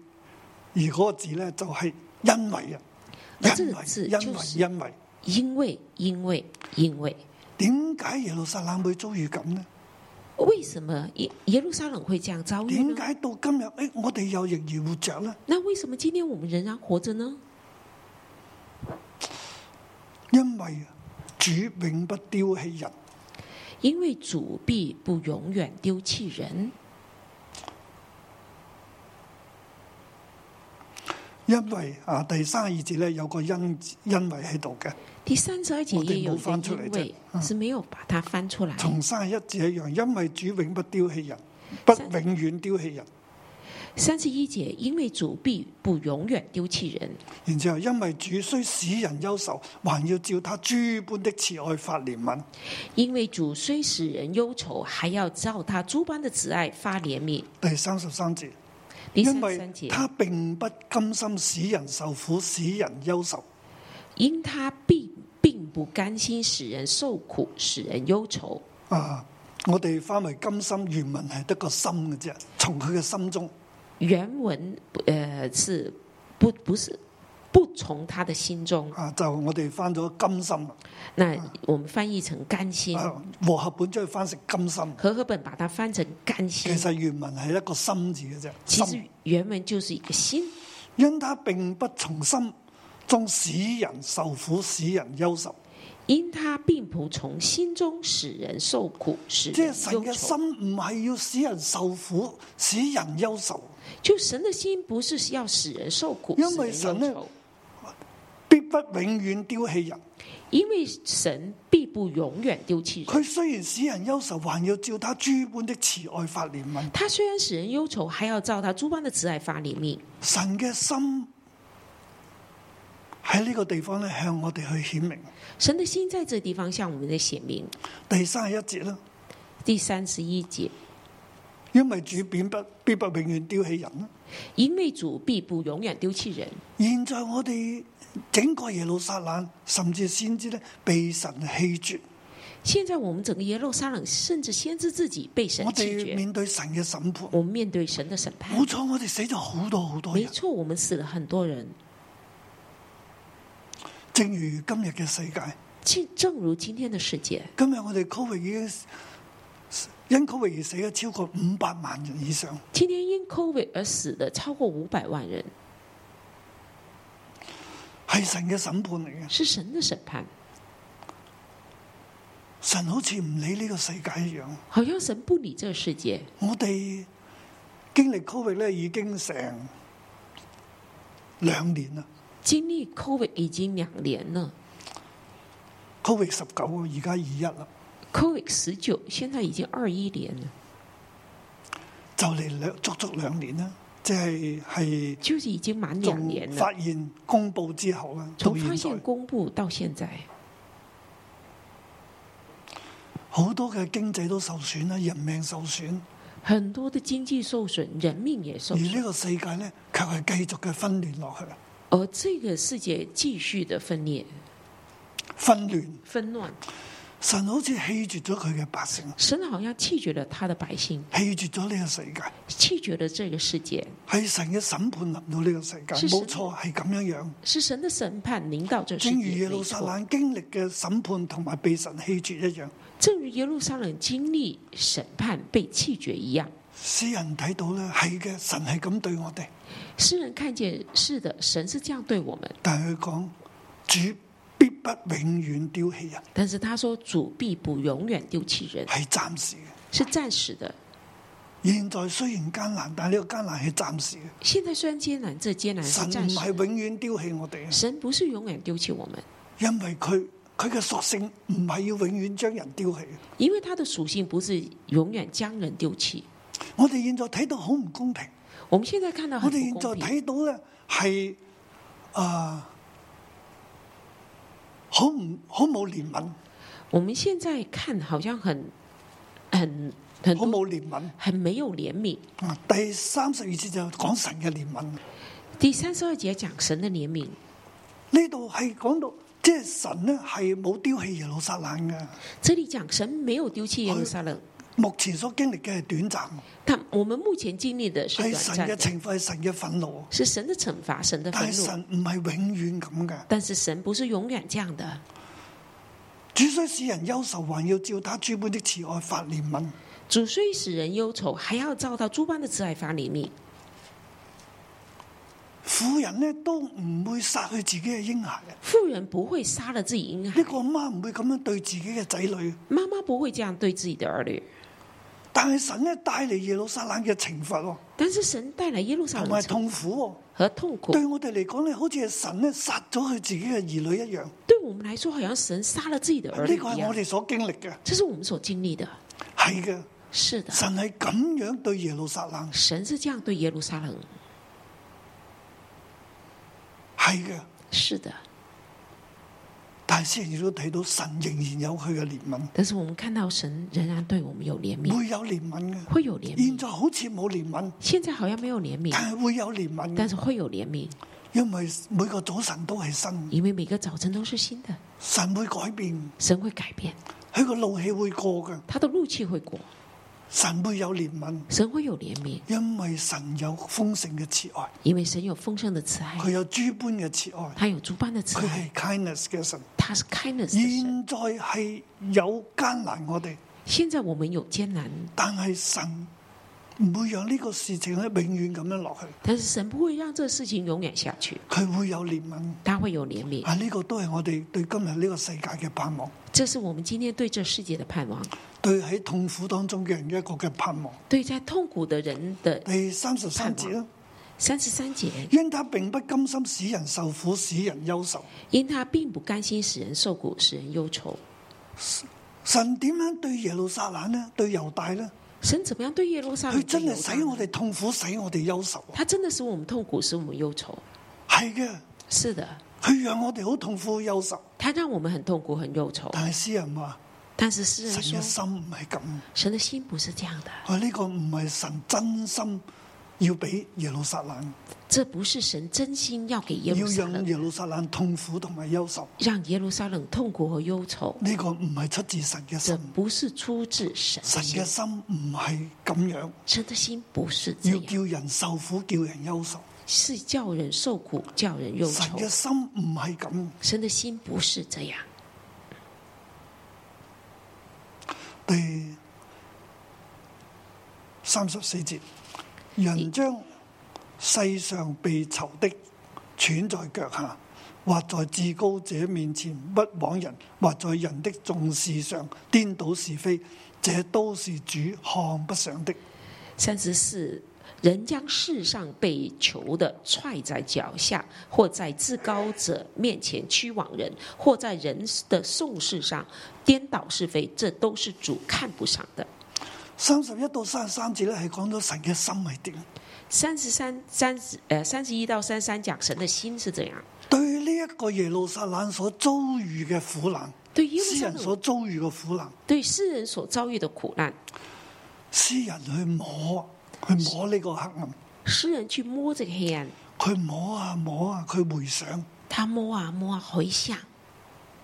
Speaker 2: 而嗰個字咧就係因為啊，
Speaker 3: 啊
Speaker 2: 因
Speaker 3: 這個
Speaker 2: 為
Speaker 3: 字
Speaker 2: 因
Speaker 3: 就
Speaker 2: 為
Speaker 3: 是
Speaker 2: 因為
Speaker 3: 因为，因为，因为，
Speaker 2: 點解耶路撒冷會遭遇咁呢？
Speaker 3: 为什么耶耶路撒冷会这样遭遇
Speaker 2: 點
Speaker 3: 呢？
Speaker 2: 解到今日诶、哎我哋又仍然活着呢？
Speaker 3: 那为什么今天我们仍然活着呢？
Speaker 2: 因為主永不丟棄人，
Speaker 3: 因为主必不永远丢弃人，
Speaker 2: 因為啊第三十二節咧有個因因為喺度嘅，
Speaker 3: 第三十二节
Speaker 2: 我哋
Speaker 3: 也有
Speaker 2: 冇翻
Speaker 3: 一
Speaker 2: 出
Speaker 3: 个
Speaker 2: 嚟
Speaker 3: 因
Speaker 2: 啫
Speaker 3: 为是没有把它翻出来。
Speaker 2: 同三十一節一樣，因為主永不丟棄人，不
Speaker 3: 三
Speaker 2: 永遠丟棄人。
Speaker 3: 三十一节，因为主必不永远丢弃人，
Speaker 2: 然之後，因為主雖使人憂愁，還要照他諸般的慈愛發憐憫。
Speaker 3: 因为主虽使人忧愁，还要照他诸般的慈爱发怜悯。
Speaker 2: 第三十三節，
Speaker 3: 第三
Speaker 2: 因
Speaker 3: 十
Speaker 2: 為
Speaker 3: 三节，
Speaker 2: 他並不甘心使人受苦，使人憂愁，
Speaker 3: 因他并并不甘心使人受苦，使人忧愁。
Speaker 2: 啊！我哋翻為甘心，原文係得個心嘅啫，從佢嘅心中，
Speaker 3: 原文呃是不不是不从他的心中，
Speaker 2: 啊，就我哋翻咗甘心，
Speaker 3: 那我们翻译成甘心。
Speaker 2: 啊，和合本將佢翻成甘心，
Speaker 3: 和合本把它翻成甘心
Speaker 2: 其，實原文係一個心字嘅啫。
Speaker 3: 其实
Speaker 2: 心，
Speaker 3: 原文就是一个心，
Speaker 2: 因他並不從心中使人受苦，使人憂愁，
Speaker 3: 因他并不从心中使人受苦，使
Speaker 2: 即係
Speaker 3: 人
Speaker 2: 神
Speaker 3: 忧
Speaker 2: 嘅心
Speaker 3: 愁。
Speaker 2: 唔係要使人受苦，使人憂愁，
Speaker 3: 就神的心不是要使人受苦，
Speaker 2: 因
Speaker 3: 使
Speaker 2: 为
Speaker 3: 人
Speaker 2: 神呢
Speaker 3: 忧愁，
Speaker 2: 必不永遠丟棄人。
Speaker 3: 因为神必不永远丢弃人。
Speaker 2: 佢雖然使人憂愁，還要照他諸般的慈愛發憐憫。
Speaker 3: 他虽然使人忧愁，还要照他诸般的慈爱发怜悯。
Speaker 2: 神嘅心喺呢個地方咧，向我哋去顯明。
Speaker 3: 神的心在这地方向我们的显明。
Speaker 2: 第三十一節啦，
Speaker 3: 第三十一节，
Speaker 2: 因為主必不必不永遠丟棄人啦。
Speaker 3: 因为主必不永远丢弃人。
Speaker 2: 現在我哋整個耶路撒冷，甚至先知咧，被神棄絕。
Speaker 3: 现在我们整个耶路撒冷，甚至先知自己被神
Speaker 2: 我
Speaker 3: 弃
Speaker 2: 哋
Speaker 3: 绝，
Speaker 2: 面對神嘅審判。
Speaker 3: 我们面对神的审判
Speaker 2: 冇。錯，我哋死咗好多好多
Speaker 3: 没
Speaker 2: 人，
Speaker 3: 错，我们死了很多人，
Speaker 2: 正如今日嘅世界，
Speaker 3: 正正如今天的世界，
Speaker 2: 今日我哋 Covid 已經因 Covid 而死咗超過五百萬人以上。
Speaker 3: 今天因 COVID 而死的超过五百万人，
Speaker 2: 係神嘅審判嚟嘅。
Speaker 3: 是神的审判。
Speaker 2: 神好似唔理呢個世界一樣。
Speaker 3: 好像神不理这个世界。
Speaker 2: 我哋經歷 Covid 咧已經成兩年啦
Speaker 3: 经历 COVID 已经两年了
Speaker 2: ，Covid 十九啊，而家二一啦，
Speaker 3: ，COVID 十九现在已经二一年了，
Speaker 2: 就嚟兩足足兩年啦，即係係
Speaker 3: 就是已经满两年
Speaker 2: 從
Speaker 3: 啊了。
Speaker 2: 發現公佈之後啦，到
Speaker 3: 从
Speaker 2: 現
Speaker 3: 发现
Speaker 2: 在
Speaker 3: 公布到现在，
Speaker 2: 好多嘅經濟都受損啦，人命受損，
Speaker 3: 很多的经济受损，人命也受
Speaker 2: 而呢
Speaker 3: 损，
Speaker 2: 個世界咧卻係繼續嘅分裂落去，
Speaker 3: 而这个世界继续的分裂、
Speaker 2: 紛亂。
Speaker 3: 纷乱。
Speaker 2: 神好似棄絕咗佢嘅百姓，
Speaker 3: 神好像弃绝了他的百姓，
Speaker 2: 棄絕咗呢個世界。
Speaker 3: 弃绝了这个世界，
Speaker 2: 係神嘅審判臨到呢個世界，
Speaker 3: 是神
Speaker 2: 冇錯係咁樣樣。
Speaker 3: 是神的审判临到这个世
Speaker 2: 正如
Speaker 3: 界。
Speaker 2: 耶路
Speaker 3: 没
Speaker 2: 撒
Speaker 3: 错，
Speaker 2: 冷經歷嘅審判同埋被神棄絕一樣，
Speaker 3: 正如耶路撒冷经历审判被弃绝一样，
Speaker 2: 詩人睇到咧係嘅，神係咁對我哋，
Speaker 3: 诗人看见是的，神是这样对我们，
Speaker 2: 但係佢講主必不永遠丟棄人，
Speaker 3: 但是他说主必不永远丢弃人，
Speaker 2: 係暫時嘅。
Speaker 3: 是暂时的。
Speaker 2: 現在雖然艱難，但係呢個艱難係暫時嘅。
Speaker 3: 现在虽然艰难，这艰难是
Speaker 2: 神
Speaker 3: 暂
Speaker 2: 唔係
Speaker 3: 时的。
Speaker 2: 永遠丟棄我哋嘅，
Speaker 3: 神不是永远丢弃我们，
Speaker 2: 因為佢佢嘅屬性唔係要永遠將人丟棄。
Speaker 3: 因为他的属性不是永远将人丢弃。
Speaker 2: 我哋現在睇到好唔公平。
Speaker 3: 我们现在看到
Speaker 2: 我
Speaker 3: 很
Speaker 2: 哋現
Speaker 3: 不
Speaker 2: 在
Speaker 3: 公平，
Speaker 2: 睇到咧係啊，好唔好冇憐憫，
Speaker 3: 我们现在看好像很、很、很
Speaker 2: 好冇
Speaker 3: 多、
Speaker 2: 憐憫。
Speaker 3: 很没有怜悯。
Speaker 2: 啊第三十二節就講神嘅憐憫，
Speaker 3: 第三十二节讲神的怜悯，
Speaker 2: 呢度係講到即係神咧係冇丟棄耶路撒冷嘅，
Speaker 3: 这里讲神没有丢弃耶路撒冷，
Speaker 2: 目前所經歷嘅係短暫，
Speaker 3: 但我们目前经历的是
Speaker 2: 係
Speaker 3: 短
Speaker 2: 神
Speaker 3: 暂
Speaker 2: 嘅
Speaker 3: 的，
Speaker 2: 懲罰，係神嘅憤怒，
Speaker 3: 是神的惩罚，神的
Speaker 2: 但
Speaker 3: 愤
Speaker 2: 係
Speaker 3: 怒。
Speaker 2: 神唔係永遠咁嘅。
Speaker 3: 但是神不是永远这样的，
Speaker 2: 主雖使人憂愁，還要照他諸般的慈愛發憐憫。
Speaker 3: 主虽使人忧愁，还要照到诸般的慈爱发怜悯。
Speaker 2: 婦人呢都唔會殺佢自己嘅嬰孩啊
Speaker 3: 妇人不会杀了自己婴孩
Speaker 2: 呢，個媽唔會咁樣對自己嘅仔女，
Speaker 3: 妈妈不会这样对自己的儿女。
Speaker 2: 但係神咧帶嚟耶路撒冷嘅懲罰喎，
Speaker 3: 但是神带来耶路撒
Speaker 2: 同
Speaker 3: 冷
Speaker 2: 埋
Speaker 3: 城
Speaker 2: 痛苦
Speaker 3: 和痛
Speaker 2: 喎。
Speaker 3: 苦，
Speaker 2: 對我哋嚟講咧，好似係神咧殺咗佢自己嘅兒女一樣。呢
Speaker 3: 对我们来说好像神杀了自己的
Speaker 2: 個
Speaker 3: 儿女一
Speaker 2: 係我
Speaker 3: 样。
Speaker 2: 哋所經歷嘅，
Speaker 3: 这是我们所经历的。
Speaker 2: 係嘅。
Speaker 3: 是的，
Speaker 2: 神啊係咁樣對耶路撒冷，
Speaker 3: 神是这样对耶路撒冷。
Speaker 2: 係嘅。
Speaker 3: 是的，
Speaker 2: 但係先亦都睇到神仍然有佢嘅憐憫，
Speaker 3: 但是我们看到神仍然对我们有怜悯，
Speaker 2: 會有憐憫嘅。
Speaker 3: 会有怜
Speaker 2: 現
Speaker 3: 悯。
Speaker 2: 在好似冇憐憫，
Speaker 3: 现在好像没有怜悯，
Speaker 2: 但係會有憐憫
Speaker 3: 但
Speaker 2: 嘅，
Speaker 3: 是会有怜悯，
Speaker 2: 因為每個早晨都係新，
Speaker 3: 因为每个早晨都是新的，
Speaker 2: 神會改變，
Speaker 3: 神会改变，
Speaker 2: 佢個怒氣會過嘅，
Speaker 3: 他的怒气会过，
Speaker 2: 神會有憐憫。
Speaker 3: 神会有怜悯，
Speaker 2: 因为神有丰盛嘅慈爱，
Speaker 3: 因为神有丰盛的慈爱，
Speaker 2: 佢有诸般嘅慈爱，
Speaker 3: 他有诸般的慈
Speaker 2: 佢
Speaker 3: 爱，
Speaker 2: 系 kindness 嘅神。
Speaker 3: 他是 kindness 的神。
Speaker 2: 现在系有艰难我哋，
Speaker 3: 现在我们有艰难，
Speaker 2: 但系神唔会让呢个事情咧永远咁样落去，
Speaker 3: 但是神不会让这事情永远下去，
Speaker 2: 佢会有怜悯。
Speaker 3: 他会有怜悯。
Speaker 2: 啊，呢、个都系我哋对今日呢个世界嘅盼望，
Speaker 3: 这是我们今天对这世界的盼望，
Speaker 2: 对喺痛苦当中嘅人一个嘅盼望。
Speaker 3: 对在痛苦的人的
Speaker 2: 第三十三节啦，
Speaker 3: 三十三节，
Speaker 2: 因他并不甘心使人受苦，使人忧愁。
Speaker 3: 因他并不甘心使人受苦，使人忧愁。
Speaker 2: 神点样对耶路撒冷呢？对犹大呢？
Speaker 3: 神怎么样对耶路撒
Speaker 2: 佢
Speaker 3: 冷的
Speaker 2: 真
Speaker 3: 犹
Speaker 2: 系
Speaker 3: 大
Speaker 2: 使我
Speaker 3: 呢？
Speaker 2: 哋痛苦，使我哋忧愁。
Speaker 3: 他真的使我们痛苦，使我们忧愁。
Speaker 2: 係嘅，
Speaker 3: 是的，
Speaker 2: 佢讓我哋好痛苦、好憂愁。
Speaker 3: 他让我们很痛苦，很忧愁。
Speaker 2: 但係詩人話：
Speaker 3: 但是诗人
Speaker 2: 神
Speaker 3: 说
Speaker 2: 嘅，心唔係咁，
Speaker 3: 神的心不是这样的，
Speaker 2: 佢呢個唔係神真心要俾耶路撒冷，
Speaker 3: 这不是神真心要给耶
Speaker 2: 要
Speaker 3: 路撒
Speaker 2: 讓
Speaker 3: 冷，
Speaker 2: 耶路撒冷痛苦同埋憂愁，
Speaker 3: 让耶路撒冷痛苦和忧愁，
Speaker 2: 呢、個唔係出自神嘅
Speaker 3: 这
Speaker 2: 心，
Speaker 3: 不是出自神的
Speaker 2: 神嘅
Speaker 3: 心，
Speaker 2: 心唔係咁樣，
Speaker 3: 神的心不是这
Speaker 2: 要
Speaker 3: 样，
Speaker 2: 叫人受苦，叫人憂愁，
Speaker 3: 是叫人受苦，叫人忧
Speaker 2: 神
Speaker 3: 愁
Speaker 2: 嘅。心唔係咁。
Speaker 3: 神的心不是这样。
Speaker 2: 第三十四节，人將世上被囚的踹在腳下，或在至高者面前不枉人，或在人的重視上顛倒是非，這都是主看不上的。
Speaker 3: 三十四，人将世上被囚的踹在脚下，或在至高者面前屈枉人，或在人的讼事上颠倒是非，这都是主看不上的。
Speaker 2: 三十一到三十三節咧，係講到神嘅心係點。
Speaker 3: 三十三、三十呃三十一到三十三讲神的心是怎样？
Speaker 2: 對呢一個耶路撒冷所遭遇嘅苦難，
Speaker 3: 对耶路
Speaker 2: 詩
Speaker 3: 撒
Speaker 2: 人所
Speaker 3: 冷，
Speaker 2: 遭遇嘅苦難，
Speaker 3: 对世人所遭遇的苦难，
Speaker 2: 詩人去摸，去摸呢個黑暗。
Speaker 3: 诗人去摸这个黑暗，
Speaker 2: 佢摸啊摸啊，佢回想，
Speaker 3: 他摸啊摸啊，回想，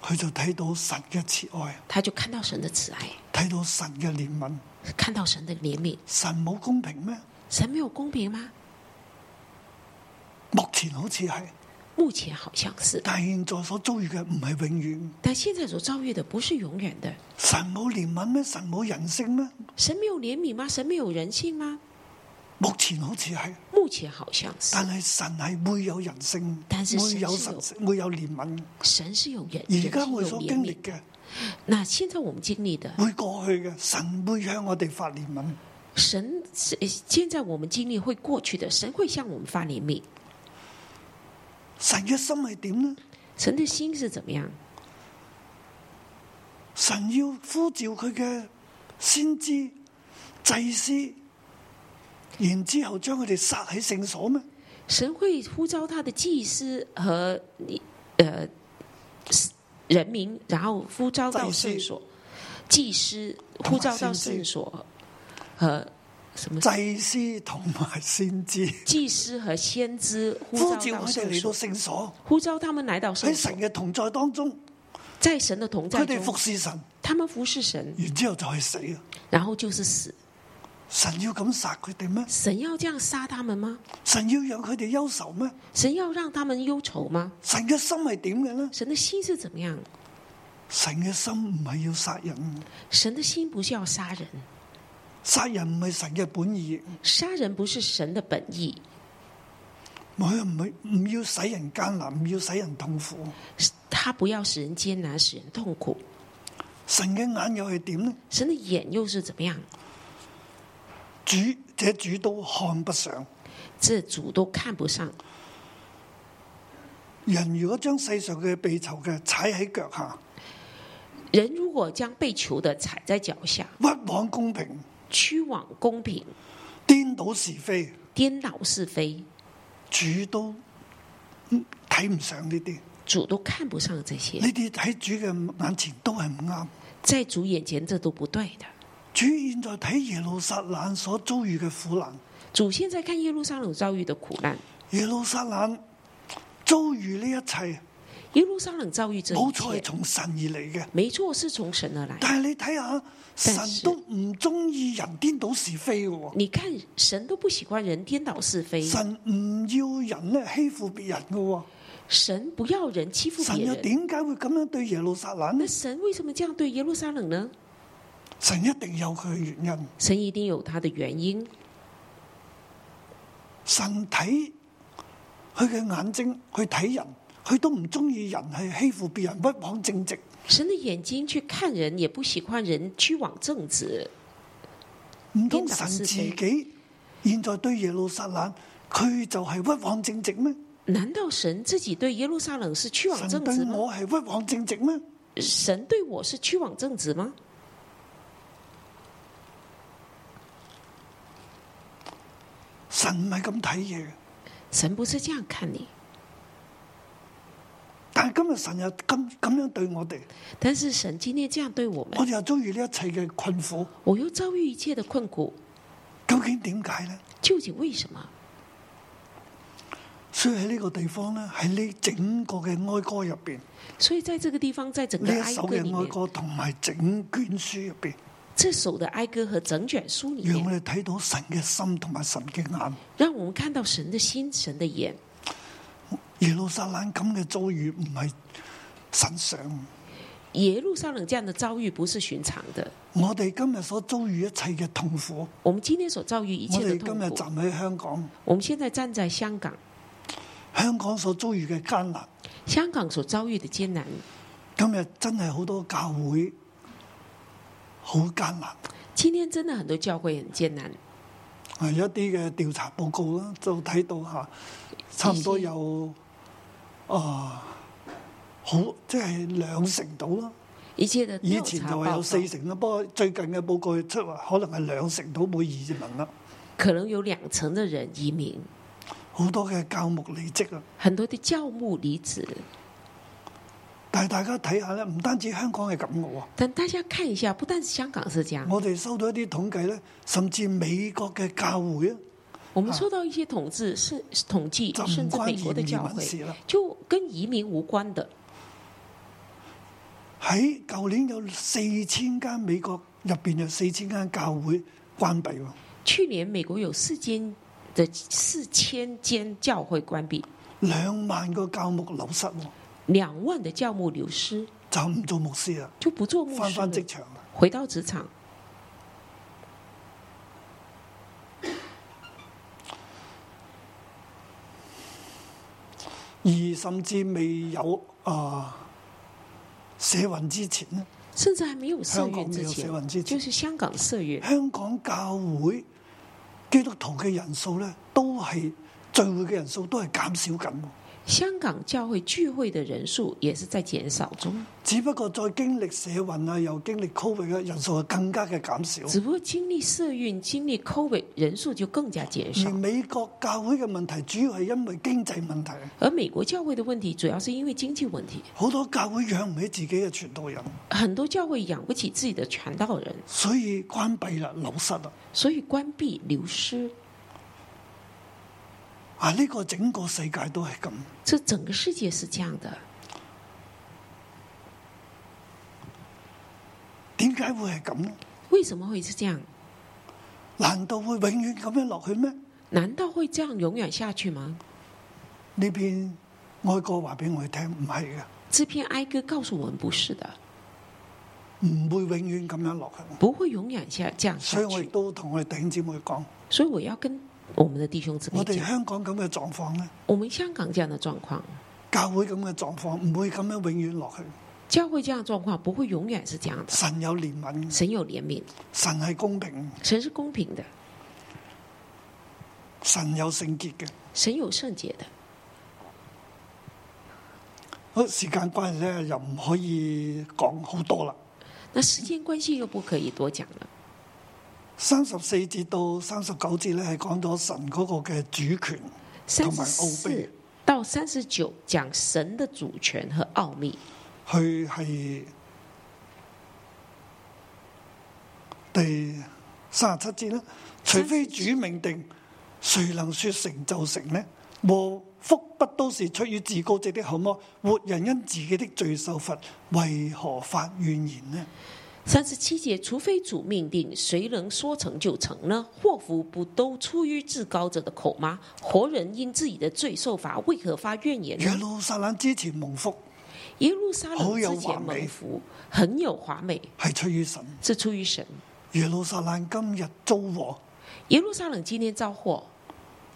Speaker 2: 佢就睇到神嘅慈愛，
Speaker 3: 他就看到神的慈爱，
Speaker 2: 睇到神嘅憐憫。
Speaker 3: 看到神的怜悯。
Speaker 2: 神冇公平咩？
Speaker 3: 神没有公平吗？
Speaker 2: 目前好似係，
Speaker 3: 目前好像是。
Speaker 2: 但係現在所遭遇嘅唔係永遠。
Speaker 3: 但现在所遭遇的不是永远的。
Speaker 2: 神冇憐憫咩？神冇人性咩？
Speaker 3: 神没有怜悯吗？神没有人性吗？
Speaker 2: 目前好似係，
Speaker 3: 目前好像是，
Speaker 2: 但係神係會有人性，
Speaker 3: 但是神
Speaker 2: 會有
Speaker 3: 是
Speaker 2: 神
Speaker 3: 有
Speaker 2: 性，會有憐憫。
Speaker 3: 神是有人，
Speaker 2: 而家
Speaker 3: 人是
Speaker 2: 我
Speaker 3: 有
Speaker 2: 所
Speaker 3: 怜
Speaker 2: 經歷
Speaker 3: 悯。
Speaker 2: 嘅
Speaker 3: 那现在我们经历的，
Speaker 2: 會過去嘅，神會向我哋發憐憫。
Speaker 3: 神是现在我们经历会过去的，神会向我们发怜悯。
Speaker 2: 神嘅心係點呢？
Speaker 3: 神的心是怎么样？
Speaker 2: 神要呼召佢嘅先知、祭司，然之後將佢哋殺喺聖所咩？
Speaker 3: 神会呼召他的祭司和呃人民，然后呼召到圣所，祭司呼召到圣所和什么？
Speaker 2: 祭司同埋先知
Speaker 3: 祭司和先知呼
Speaker 2: 呼
Speaker 3: 召
Speaker 2: 召
Speaker 3: 到
Speaker 2: 佢哋
Speaker 3: 圣
Speaker 2: 嚟到
Speaker 3: 所，
Speaker 2: 聖所，
Speaker 3: 呼召他们来到圣
Speaker 2: 喺
Speaker 3: 所
Speaker 2: 神，嘅同在當中，
Speaker 3: 在神的同
Speaker 2: 佢
Speaker 3: 在
Speaker 2: 哋服
Speaker 3: 中，
Speaker 2: 侍神，
Speaker 3: 他们服侍神，
Speaker 2: 然之後就係死啊！
Speaker 3: 然后就是死。
Speaker 2: 神要咁殺佢哋咩？
Speaker 3: 神要这样杀他们吗？
Speaker 2: 神要讓佢哋憂愁咩？
Speaker 3: 神要让他们忧愁吗？
Speaker 2: 神嘅心係點嘅呢？
Speaker 3: 神的心是怎么样？
Speaker 2: 神嘅心唔係要殺人，
Speaker 3: 神的心不是要杀人，
Speaker 2: 殺人唔係神嘅本意，
Speaker 3: 杀人不是神的本意，
Speaker 2: 佢唔係唔要使人艱難，唔要使人痛苦。
Speaker 3: 他不要使人艰难，使人痛苦。
Speaker 2: 神嘅眼又係點呢？
Speaker 3: 神的眼又是怎么样？
Speaker 2: 主這主都看不上。
Speaker 3: 这主都看不上。
Speaker 2: 人如果將世上嘅被囚嘅踩喺腳下，
Speaker 3: 人如果将被囚的踩在脚下，
Speaker 2: 屈枉公平，
Speaker 3: 屈枉公平，
Speaker 2: 顛倒是非，
Speaker 3: 颠倒是非，
Speaker 2: 主都嗯睇唔上呢啲。
Speaker 3: 主都看不上这些
Speaker 2: 呢，啲喺主嘅眼前都係唔啱。
Speaker 3: 在主眼前这都不对的。
Speaker 2: 主現在睇耶路撒冷所遭遇嘅苦難，
Speaker 3: 主现在看耶路撒冷遭遇的苦难，
Speaker 2: 耶路撒冷遭遇呢一切，
Speaker 3: 耶路撒冷遭遇这一
Speaker 2: 冇錯係
Speaker 3: 切，
Speaker 2: 從神而嚟嘅。
Speaker 3: 没错，是从神而来。
Speaker 2: 但係你睇下，
Speaker 3: 但
Speaker 2: 神
Speaker 3: 是
Speaker 2: 都唔中意人顛倒是非嘅喎。
Speaker 3: 你看，神都不喜欢人颠倒是非，
Speaker 2: 神唔要人咧欺負別人嘅喎、
Speaker 3: 神不要人欺负
Speaker 2: 神
Speaker 3: 别
Speaker 2: 又
Speaker 3: 人。
Speaker 2: 點解會咁樣對耶路撒冷呢
Speaker 3: 那？神为什么这样对耶路撒冷呢？
Speaker 2: 神一定有佢嘅原因。
Speaker 3: 神一定有他的原因。
Speaker 2: 神睇佢嘅眼睛去睇人，佢都唔中意人係欺負別人屈枉正直。
Speaker 3: 神的眼睛去看人，也不喜欢人屈枉正直。
Speaker 2: 唔通神自己現在對耶路撒冷，佢就係屈枉正直咩？
Speaker 3: 难道神自己對耶路撒冷是屈枉
Speaker 2: 神
Speaker 3: 正
Speaker 2: 對
Speaker 3: 直吗？
Speaker 2: 我係啊屈枉正直咩？
Speaker 3: 神對我是屈枉正直吗？
Speaker 2: 神唔係咁睇嘢嘅，
Speaker 3: 神不是这样看你，
Speaker 2: 但但係今日神又咁咁樣對我哋，
Speaker 3: 但是神今天这样对我们
Speaker 2: 我，哋又遭遇呢一切嘅困苦，
Speaker 3: 我又遭遇一切的困苦，
Speaker 2: 究竟點解呢？
Speaker 3: 究竟为什么？
Speaker 2: 所以喺呢個地方呢，喺呢整個嘅哀歌入邊，
Speaker 3: 所以在这个地方，在整个
Speaker 2: 呢
Speaker 3: 哀
Speaker 2: 一首
Speaker 3: 歌
Speaker 2: 嘅
Speaker 3: 里
Speaker 2: 哀
Speaker 3: 面，
Speaker 2: 歌同埋整卷書入邊，
Speaker 3: 这首的哀歌和整卷书里
Speaker 2: 讓我
Speaker 3: 面，
Speaker 2: 哋睇到神嘅心同埋神嘅眼。
Speaker 3: 让我们看到神的心、神的眼。
Speaker 2: 耶路撒冷咁嘅遭遇唔係神常，
Speaker 3: 耶路撒冷这样的遭遇不是寻常的，
Speaker 2: 我哋今日所遭遇一切嘅痛苦，
Speaker 3: 我们今天所遭遇一
Speaker 2: 我
Speaker 3: 切的
Speaker 2: 哋今
Speaker 3: 痛
Speaker 2: 日
Speaker 3: 苦，
Speaker 2: 站喺香港，
Speaker 3: 我们现在站在香港，
Speaker 2: 香港所遭遇嘅艱難，
Speaker 3: 香港所遭遇的艰难，
Speaker 2: 今日真係好多教會好艱難。
Speaker 3: 今天真的很多教会很艰难，
Speaker 2: 啊，有一啲嘅調查報告啦，就睇到嚇，差唔多有啊好，即係兩成到啦。
Speaker 3: 一切的
Speaker 2: 以
Speaker 3: 调
Speaker 2: 前
Speaker 3: 查
Speaker 2: 就
Speaker 3: 报
Speaker 2: 話有
Speaker 3: 告
Speaker 2: 四成啦，不過最近嘅報告出話可能係兩成到每移民啦，
Speaker 3: 可能有两成的人移民，
Speaker 2: 好多嘅教牧離職啊。
Speaker 3: 很多的教牧离职。
Speaker 2: 但係大家睇下咧，唔單止香港係咁嘅喎，
Speaker 3: 但大家看一下，不但是香港是这样，
Speaker 2: 我哋收到一啲統計咧，甚至美國嘅教會啊，
Speaker 3: 我们收到一些统治是统计
Speaker 2: 就，唔
Speaker 3: 甚至
Speaker 2: 關
Speaker 3: 美国的
Speaker 2: 移
Speaker 3: 教
Speaker 2: 民
Speaker 3: 会
Speaker 2: 事啦。
Speaker 3: 就跟移民无关的。
Speaker 2: 喺舊年有四千間美國入邊有四千間教會關閉喎。
Speaker 3: 去年美国有四间的四千间教会关闭，
Speaker 2: 兩萬個教牧流失喎，
Speaker 3: 两万的教牧流失，
Speaker 2: 就唔做牧師啦，
Speaker 3: 就不做牧
Speaker 2: 翻
Speaker 3: 师
Speaker 2: 翻
Speaker 3: 了，
Speaker 2: 職場啊啦。
Speaker 3: 回到职场。
Speaker 2: 而甚至未有啊、社運之前咧，
Speaker 3: 甚至还没有社
Speaker 2: 香港
Speaker 3: 运
Speaker 2: 未
Speaker 3: 之
Speaker 2: 有社
Speaker 3: 前，
Speaker 2: 運之
Speaker 3: 就
Speaker 2: 前，
Speaker 3: 是香港社运，
Speaker 2: 香港教會基督徒嘅人數咧，都係聚會嘅人數都係減少緊喎。
Speaker 3: 香港教会聚会的人数也是在减少中，
Speaker 2: 只不過再經歷社運啊，又經歷 Covid 嘅人數係啊更加嘅減少。
Speaker 3: 只不过经历社运、经历 COVID 人数就更加减少
Speaker 2: 而。美國教會嘅問題主要係因為經濟問題，
Speaker 3: 而美国教会的问题主要是因为经济问题，
Speaker 2: 好多教會養唔起自己嘅傳道人，
Speaker 3: 很多教会养不起自己的传道人，
Speaker 2: 所以關閉啦，流失啦。
Speaker 3: 所以关闭流失。
Speaker 2: 啊！呢、個整個世界都係咁，
Speaker 3: 这整个世界是这样的，
Speaker 2: 點解會係咁呢？
Speaker 3: 为什么会是这样？
Speaker 2: 難道會永遠咁樣落去咩？
Speaker 3: 难道会这样永远下去吗？
Speaker 2: 呢篇哀歌話俾我哋聽，唔係嘅，
Speaker 3: 这篇哀歌告诉我们，不是的，
Speaker 2: 唔會永遠咁樣落去。
Speaker 3: 不会永远下这样
Speaker 2: 所
Speaker 3: 下
Speaker 2: 以我亦
Speaker 3: 去。
Speaker 2: 都同我哋弟兄姊妹講，
Speaker 3: 所以我要跟我们的弟兄姊妹
Speaker 2: 我哋
Speaker 3: 讲，
Speaker 2: 香港咁嘅狀況呢，
Speaker 3: 我们香港这样的状况，
Speaker 2: 教會咁嘅狀況，唔會咁樣永遠落去。
Speaker 3: 教会这样的状况不会永远是这样的。
Speaker 2: 神有憐憫，
Speaker 3: 神有怜悯，
Speaker 2: 神係公平，
Speaker 3: 神是公平的，
Speaker 2: 神有聖潔嘅。
Speaker 3: 神有圣洁的。
Speaker 2: 好時間關係咧，又唔可以講好多啦。
Speaker 3: 那时间关系又不可以多讲了。
Speaker 2: 三十四節到三十九節咧，係講咗神嗰個嘅主權。
Speaker 3: 三
Speaker 2: 同
Speaker 3: 十
Speaker 2: 埋奧秘
Speaker 3: 四到三十九讲神的主权和奥秘，
Speaker 2: 佢係第三十七節啦。除非主命定，誰能說成就成呢？禍福不都是出於至高者的口麼？活人因自己的罪受罰，為何發怨言呢？
Speaker 3: 三十七节，除非主命定，谁能说成就成呢？祸福不都出于至高者的口吗？活人因自己的罪受罚，为何发怨言
Speaker 2: 耶
Speaker 3: 呢？
Speaker 2: 路撒冷之前蒙福
Speaker 3: 耶路撒冷
Speaker 2: 好有
Speaker 3: 之前
Speaker 2: 华美
Speaker 3: 蒙福，很有华美，
Speaker 2: 係出於神，
Speaker 3: 是出于神。
Speaker 2: 耶路撒冷今日遭禍
Speaker 3: 耶路撒冷今天遭祸，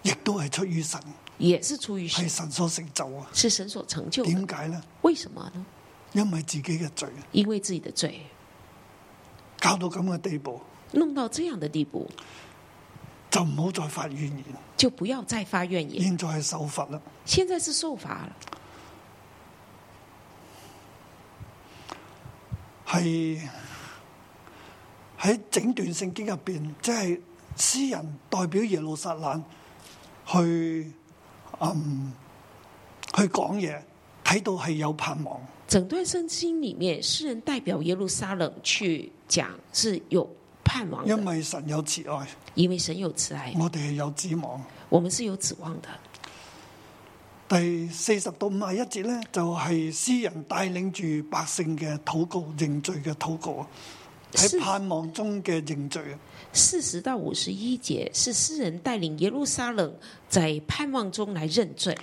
Speaker 2: 亦都係出於神，
Speaker 3: 也是出于神
Speaker 2: 係，神所成就啊！
Speaker 3: 是神所成就的。
Speaker 2: 點解呢？
Speaker 3: 为什么呢？
Speaker 2: 因為自己嘅罪
Speaker 3: 因为自己的罪，
Speaker 2: 搞到咁嘅地步，
Speaker 3: 弄到这样的地步，
Speaker 2: 就唔好再發怨言。
Speaker 3: 就不要再发怨言。
Speaker 2: 現在係受罰啦。
Speaker 3: 现在是受罚了，
Speaker 2: 係喺整段聖經入邊，即係詩人代表耶路撒冷去嗯去講嘢，睇到係有盼望。
Speaker 3: 整段圣经里面，诗人代表耶路撒冷去讲是有盼望
Speaker 2: 因
Speaker 3: 的，
Speaker 2: 為神有慈愛，
Speaker 3: 因为神有慈爱，
Speaker 2: 我哋係有指望。
Speaker 3: 我们是有指望的。
Speaker 2: 第四十到五十一節呢，就係、詩人帶領住百姓嘅禱告、認罪嘅禱告啊，
Speaker 3: 是
Speaker 2: 喺盼望中嘅認罪啊。
Speaker 3: 四十到五十一节是诗人带领耶路撒冷在盼望中来认罪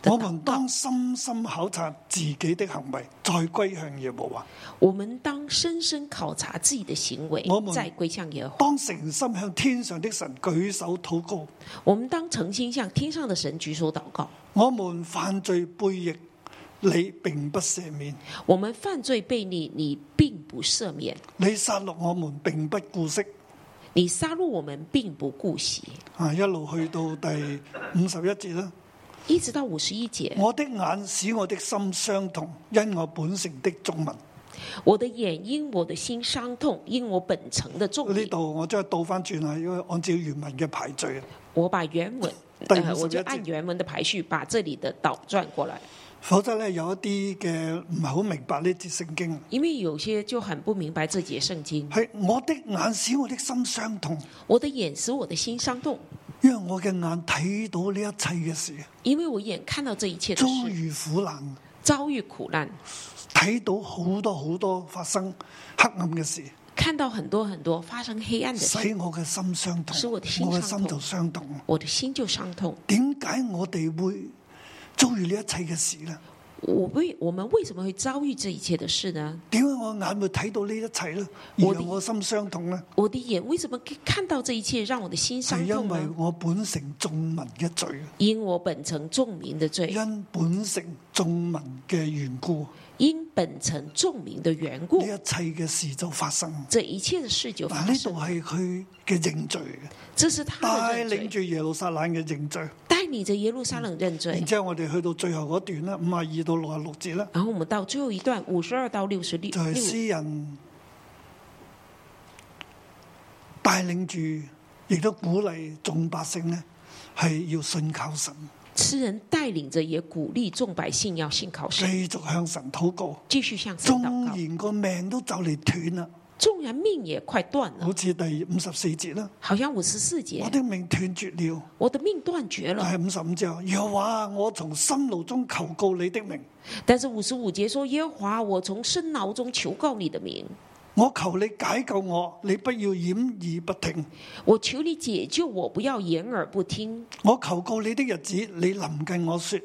Speaker 3: 的
Speaker 2: 我
Speaker 3: 祷
Speaker 2: 們
Speaker 3: 告。
Speaker 2: 當深深考察自己的行為，再歸向耶和華。
Speaker 3: 我们当深深考察自己的行为
Speaker 2: 我们，
Speaker 3: 再归向耶和华。
Speaker 2: 當誠心向天上的神舉手禱告，
Speaker 3: 我们当诚心向天上的神举手祷告。
Speaker 2: 我們犯罪背逆，你並不赦免；
Speaker 3: 我们犯罪悖逆，你并不赦免；
Speaker 2: 你殺戮我們並不顧惜。
Speaker 3: 你杀戮我们，并不顾惜。
Speaker 2: 啊，一路去到第五十一節啦。
Speaker 3: 一直到五十一节，
Speaker 2: 我的眼使我的心傷痛，因我本城的眾民。
Speaker 3: 我的眼因我的心伤痛，因我本城的重
Speaker 2: 呢
Speaker 3: 力。
Speaker 2: 度我將佢倒翻轉啦，因為按照原文嘅排序啊。
Speaker 3: 我把原 文，
Speaker 2: 对
Speaker 3: 呃，
Speaker 2: 51
Speaker 3: 我就
Speaker 2: 节
Speaker 3: 按原文的排序把这里的倒转过来，
Speaker 2: 否則咧，有一啲嘅唔係好明白呢節聖經。
Speaker 3: 因为有些就很不明白这节圣经。
Speaker 2: 係我的眼使我的心傷痛，
Speaker 3: 我的眼使我的心伤痛，
Speaker 2: 因為我嘅眼睇到呢一切嘅事，
Speaker 3: 因为我眼看到这一切的
Speaker 2: 遭
Speaker 3: 事，
Speaker 2: 遇苦難。
Speaker 3: 遭遇苦难，
Speaker 2: 睇到好多好多發生黑暗嘅事，
Speaker 3: 看到很多很多发生黑暗的
Speaker 2: 使
Speaker 3: 事，
Speaker 2: 我嘅心傷痛，
Speaker 3: 使我
Speaker 2: 我
Speaker 3: 的心傷
Speaker 2: 嘅
Speaker 3: 痛
Speaker 2: 心就傷痛。
Speaker 3: 我的心就伤痛。
Speaker 2: 點解我哋會遭遇呢一切嘅事呢？
Speaker 3: 我为我们为什么会遭遇这一切的事呢？
Speaker 2: 點解我眼會睇到呢一切呢？
Speaker 3: 我
Speaker 2: 而
Speaker 3: 哋
Speaker 2: 讓我心傷痛呢？
Speaker 3: 我的眼为什么可以看到这一切，让我的心
Speaker 2: 係
Speaker 3: 伤痛啊
Speaker 2: 因為
Speaker 3: 呢？
Speaker 2: 我本城眾民嘅罪，
Speaker 3: 因我本城众民的罪，
Speaker 2: 因本城眾民嘅緣故，呢
Speaker 3: 因本城众民的缘
Speaker 2: 一
Speaker 3: 故，
Speaker 2: 切嘅事就發生。
Speaker 3: 这一切的事就
Speaker 2: 嗱，
Speaker 3: 发
Speaker 2: 呢
Speaker 3: 生
Speaker 2: 度。係佢嘅認罪嘅，
Speaker 3: 这是他
Speaker 2: 帶
Speaker 3: 的
Speaker 2: 領
Speaker 3: 认罪，
Speaker 2: 住耶路撒冷嘅認罪。
Speaker 3: 带领着耶路撒冷认罪
Speaker 2: 然。之後我哋去到最後嗰段啦，五十二到六十六節啦。
Speaker 3: 然后我们到最后一段五十二到六十六
Speaker 2: 就係
Speaker 3: 六，
Speaker 2: 詩人帶領住，亦都鼓勵眾百姓呢，係要信靠神，
Speaker 3: 诗人带领着也鼓励众百姓要信靠神，
Speaker 2: 繼續向神禱告。
Speaker 3: 继续向神
Speaker 2: 縱
Speaker 3: 祷告。
Speaker 2: 然個命都就嚟斷啦，
Speaker 3: 纵然命也快断了
Speaker 2: 好，似第五十四節啦，
Speaker 3: 好像五十四
Speaker 2: 我
Speaker 3: 节，
Speaker 2: 的哎命斷絕了。
Speaker 3: 我的命断绝了。
Speaker 2: 但係五十五節話，耶和華，我從深路中求告你的名，
Speaker 3: 但是五十五节说：“耶和华，我从深牢中求告你的名，
Speaker 2: 我求你解救我，你不要掩耳不聽。
Speaker 3: 我求你解救我，不要掩耳不听。
Speaker 2: 我求告你的日子，你臨近我說，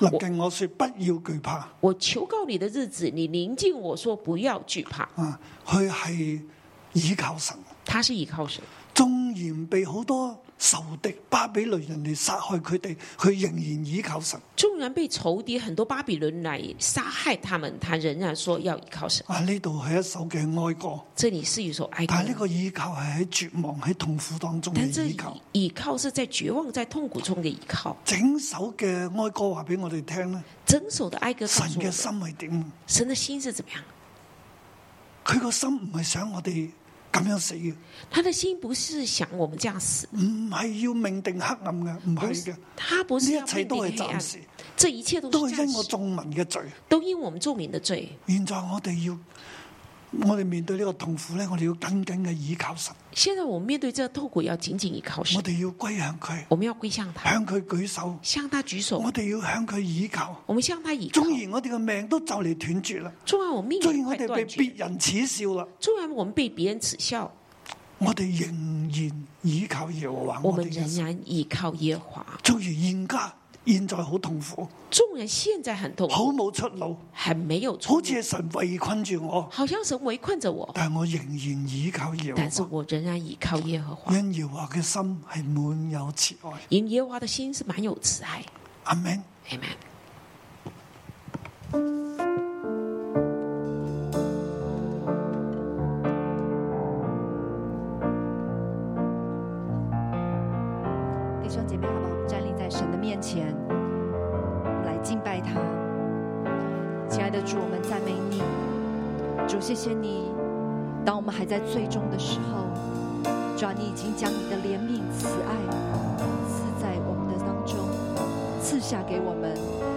Speaker 2: 臨近我說，不要懼怕。
Speaker 3: 我求告你的日子，你临近我说不要惧怕。
Speaker 2: 啊，佢係倚靠神，”
Speaker 3: 他是依靠神，
Speaker 2: 縱然被好多仇敵巴比倫人嚟殺害佢哋，佢仍然倚靠神。
Speaker 3: 纵然被仇敌很多巴比伦来杀害他们，他仍然说要依靠神。
Speaker 2: 啊，呢度係一首嘅哀歌，
Speaker 3: 这里是一首哀歌
Speaker 2: 但，係呢個倚靠係喺絕望、喺痛苦當中
Speaker 3: 但
Speaker 2: 嘅
Speaker 3: 这
Speaker 2: 倚靠。
Speaker 3: 倚靠是在绝望、在痛苦中的依靠。
Speaker 2: 整首嘅哀歌話俾我哋聽咧，
Speaker 3: 整首的哀歌告
Speaker 2: 神
Speaker 3: 诉
Speaker 2: 嘅
Speaker 3: 我们，
Speaker 2: 心係點？
Speaker 3: 神的心是怎么样？
Speaker 2: 佢個心唔係想我哋咁樣死嘅，
Speaker 3: 他的心不是想我们这样死，
Speaker 2: 唔係要命定黑暗嘅，唔
Speaker 3: 不
Speaker 2: 係
Speaker 3: 是
Speaker 2: 嘅。
Speaker 3: 他不
Speaker 2: 呢
Speaker 3: 是
Speaker 2: 一
Speaker 3: 要
Speaker 2: 切
Speaker 3: 面
Speaker 2: 都係
Speaker 3: 对黑
Speaker 2: 暫
Speaker 3: 暗，
Speaker 2: 時，
Speaker 3: 这一切都
Speaker 2: 都
Speaker 3: 是
Speaker 2: 係
Speaker 3: 暂
Speaker 2: 因我
Speaker 3: 时，
Speaker 2: 眾民嘅罪。
Speaker 3: 都因我们众民的罪。
Speaker 2: 現在我哋要，我哋面對呢個痛苦咧，我哋要緊緊嘅倚靠神，
Speaker 3: 现在我们面对这痛苦，要紧紧依靠
Speaker 2: 我
Speaker 3: 神，
Speaker 2: 哋要歸向佢，
Speaker 3: 我们要归向他，
Speaker 2: 向佢舉手，
Speaker 3: 向他举手，
Speaker 2: 我哋要向佢倚靠。
Speaker 3: 我们向他倚靠。
Speaker 2: 縱然我哋嘅命都就嚟斷絕啦，
Speaker 3: 纵然我命
Speaker 2: 縱
Speaker 3: 运
Speaker 2: 然我
Speaker 3: 快
Speaker 2: 哋被
Speaker 3: 断绝，
Speaker 2: 別人恥笑啦，
Speaker 3: 纵然我们被别人耻笑，
Speaker 2: 我哋仍然倚靠耶和華
Speaker 3: 我
Speaker 2: 我
Speaker 3: 们啊
Speaker 2: 哋
Speaker 3: 仍
Speaker 2: 嘅神。
Speaker 3: 然依靠耶和华。
Speaker 2: 縱然現家現在好痛苦，
Speaker 3: 众人现在很痛
Speaker 2: 好
Speaker 3: 苦，
Speaker 2: 冇出路，
Speaker 3: 很没有出
Speaker 2: 好
Speaker 3: 路
Speaker 2: 似，係神圍困住我，
Speaker 3: 好像神围困着我，
Speaker 2: 但我仍然倚靠耶
Speaker 3: 但是
Speaker 2: 和
Speaker 3: 我仍然依靠耶和
Speaker 2: 華，
Speaker 3: 华。
Speaker 2: 因耶和華嘅心係滿有慈愛。
Speaker 3: 因耶和华的心是蛮有慈爱。
Speaker 2: 阿明。
Speaker 3: Amen。
Speaker 4: 弟兄姐妹，好不好？我们站立在神的面前，我们来敬拜他。亲爱的主，我们赞美你，主，谢谢你。当我们还在最终的时候，主啊，你已经将你的怜悯、慈爱赐在我们的当中，赐下给我们，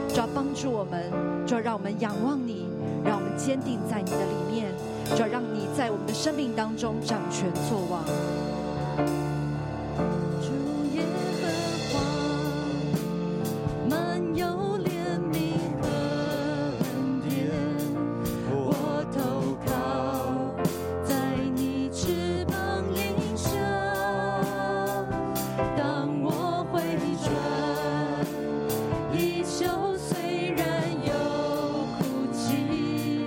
Speaker 4: 主啊要帮助我们，主啊要让我们仰望你，让我们坚定在你的里面，主啊要让你在我们的生命当中掌权作王。主耶和华，满有怜悯和恩典，我投靠在你翅膀荫下。当我回转，衣袖虽然有哭泣，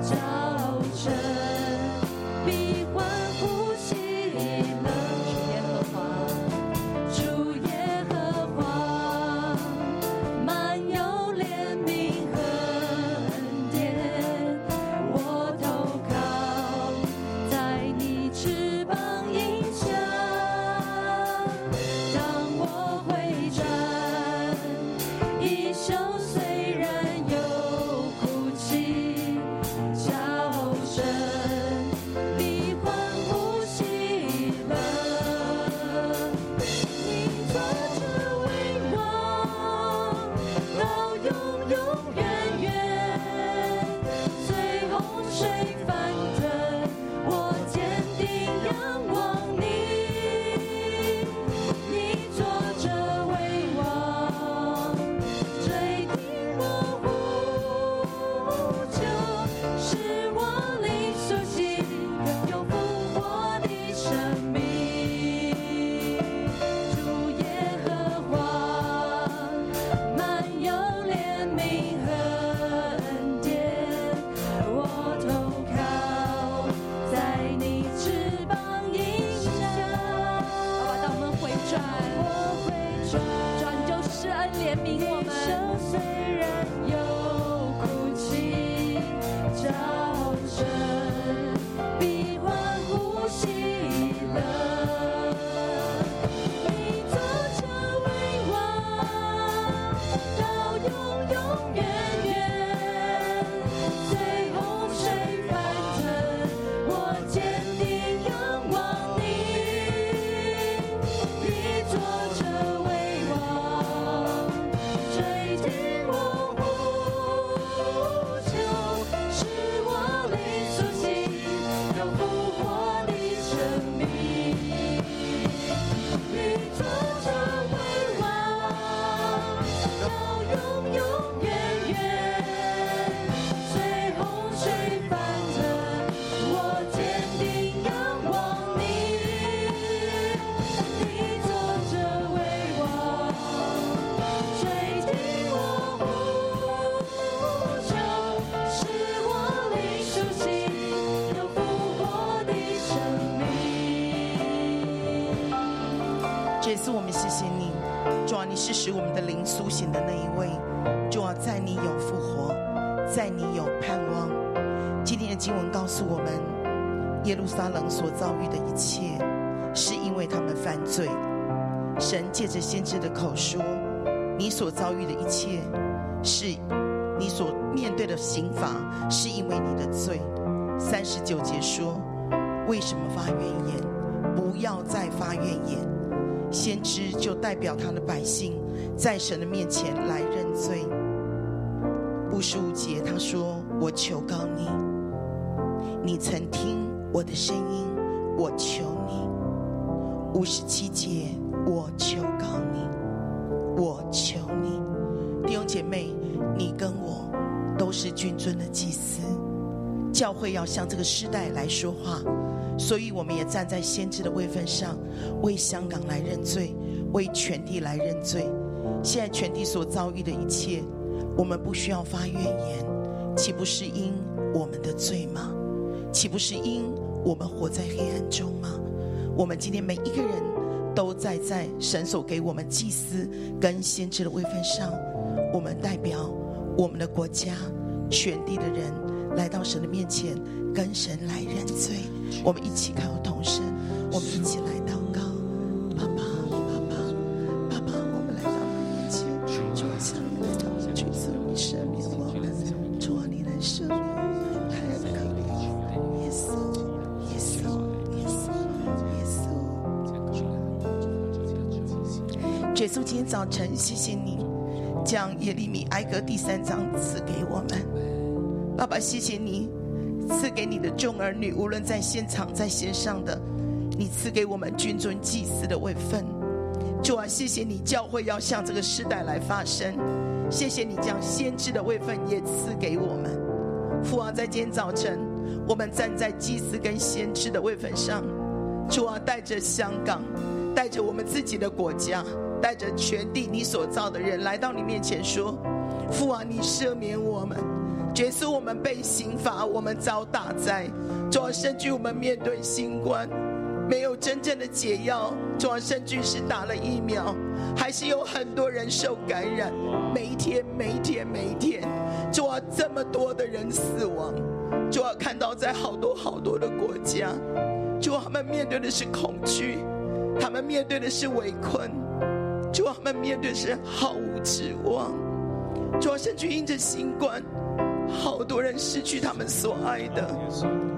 Speaker 4: 早晨必欢呼喜乐。主耶和华，主耶和华，满有怜悯和恩典，我投靠在你翅膀荫下。当我回转，衣袖虽然有哭泣，叫声必欢呼喜乐。你坐着为王，到永永远远。随洪水翻腾，我坚定仰望你。你坐着为王，垂听我呼求，使我灵苏醒，有复活的生命。主耶和华，满有怜悯和恩典，我投靠在你翅膀荫下。当我们回转，转就是恩怜悯我们。虽然有哭泣，叫声必欢呼喜乐。你坐着为王，到永永远远。随洪水翻腾，我坚定仰望你。你坐着为王，垂听我呼求，使我灵苏醒，有复活的生命。你坐着为王，到永永远远。随洪水翻腾，我坚定仰望你。你坐着为王，垂听我呼求，使我灵苏醒，有复活的生命。
Speaker 5: 这次我们谢谢你，主啊，你是使我们的灵苏醒的那一位，主啊，在你有复活，在你有盼望。今天的经文告诉我们，耶路撒冷所遭遇的一切，是因为他们犯罪。神借着先知的口说，你所遭遇的一切，是你所面对的刑罚，是因为你的罪。三十九节说，为什么发怨言？不要再发怨言。先知就代表他的百姓在神的面前来认罪。五十五节他说：“我求告你，你曾听我的声音，我求你。”五十七节我求告你，我求你。弟兄姐妹，你跟我都是君尊的祭司，教会要向这个时代来说话。所以我们也站在先知的位份上，为香港来认罪，为全地来认罪。现在全地所遭遇的一切，我们不需要发怨言，岂不是因我们的罪吗？岂不是因我们活在黑暗中吗？我们今天每一个人都在在神所给我们祭司跟先知的位份上，我们代表我们的国家、全地的人来到神的面前，跟神来认罪。我们一起开口同声，我们一起来祷告。爸爸，爸爸，爸爸，我们来到你面前，主啊，向你来祷告，主赐你赦免我们，主啊，你来赦免我们，太可怜了，耶稣，耶稣，耶稣，耶稣。主耶稣，今天早晨，谢谢你将耶利米哀歌第三章赐给我们。爸爸，谢谢你赐给你的众儿女，无论在现场在线上的，你赐给我们君尊祭司的位分。主啊，谢谢你教会要向这个时代来发声，谢谢你将先知的位分也赐给我们。父王，在今天早晨，我们站在祭司跟先知的位份上，主啊，带着香港，带着我们自己的国家，带着全地你所造的人来到你面前说：“父王，你赦免我们，耶稣，我们被刑罚，我们遭大灾，主啊，甚至我们面对新冠。”没有真正的解药，主啊，甚至是打了疫苗，还是有很多人受感染。每一天，每一天，每一天，主啊，这么多的人死亡，主啊，看到在好多好多的国家，主啊，他们面对的是恐惧，他们面对的是围困，主啊，他们面对的是毫无指望。主啊，甚至因着新冠，好多人失去他们所爱的，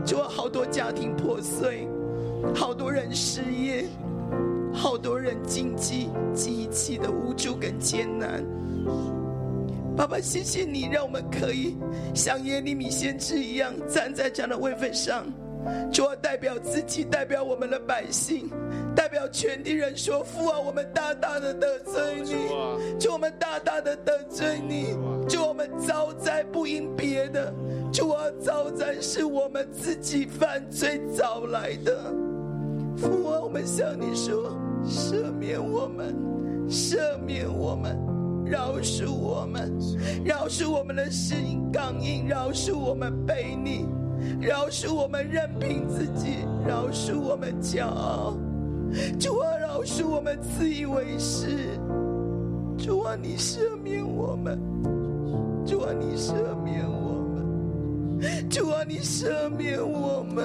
Speaker 5: 主啊，好多家庭破碎。好多人失业，好多人经济极其的无助跟艰难。爸爸，谢谢你让我们可以像耶利米先知一样站在这样的位份上，主要代表自己，代表我们的百姓，代表全地人说：父啊，我们大大的得罪你，就我们大大的得罪你，就我们遭灾不因别的，主啊，遭灾是我们自己犯罪找来的。父啊，我们向你说，赦免我们，赦免我们，饶恕我们，饶恕我们的心刚硬，饶恕我们悖逆，饶恕我们任凭自己，饶恕我们骄傲，主啊，饶恕我们自以为是，主啊，你赦免我们，主啊，你赦免我们，主啊，你赦免我们。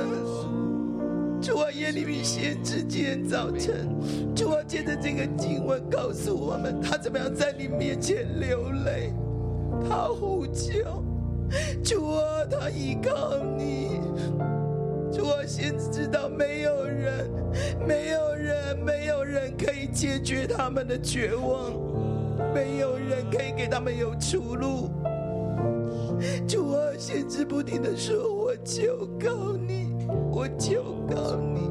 Speaker 5: 主啊，耶利米先知今天早晨，主啊，借着这个经文告诉我们，他怎么样在你面前流泪，他呼叫，主啊，他依靠你。主啊，先知道没有人，没有人，没有人可以解决他们的绝望，没有人可以给他们有出路。主啊，先知不停的说：“我求告你，我求告你。”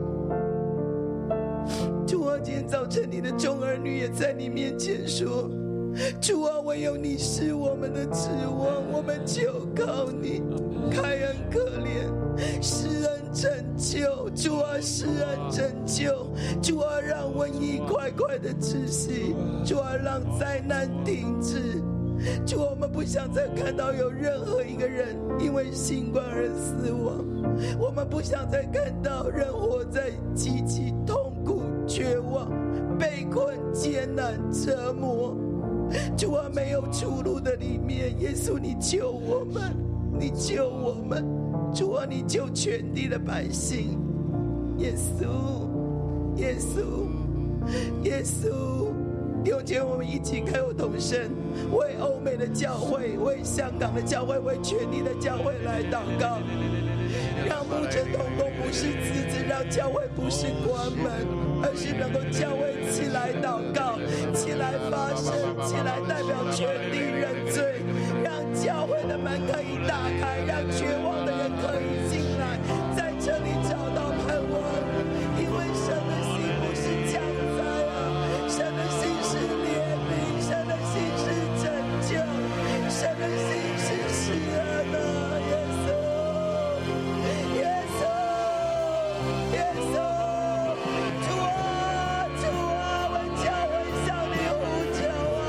Speaker 5: 主啊，今天早晨你的众儿女也在你面前说：“主啊，唯有你是我们的指望，我们求告你，开恩可怜，施恩拯救。主啊，施恩拯救。主啊，让瘟疫快快的窒息，主啊，让灾难停止。”主，啊我们不想再看到有任何一个人因为新冠而死亡，我们不想再看到人活在极其痛苦、绝望、被困、艰难、折磨。主啊，没有出路的里面，耶稣，你救我们，你救我们，主啊，你救全地的百姓，耶稣，耶稣。耶稣，弟兄姐妹，我们一起开口同声，为欧美的教会、为香港的教会、为全地的教会来祷告，让牧者同工不是辞职，让教会不是关门，而是能够教会起来祷告，起来发声，起来代表全地认罪，让教会的门可以打开，让绝望的人可以进来，在这里找到盼望，因为神的心不是强塞啊，神的心是怜悯，神的心是拯救，神的心是慈爱的耶稣，耶稣，耶稣，主啊，主啊，我教会向你呼求啊，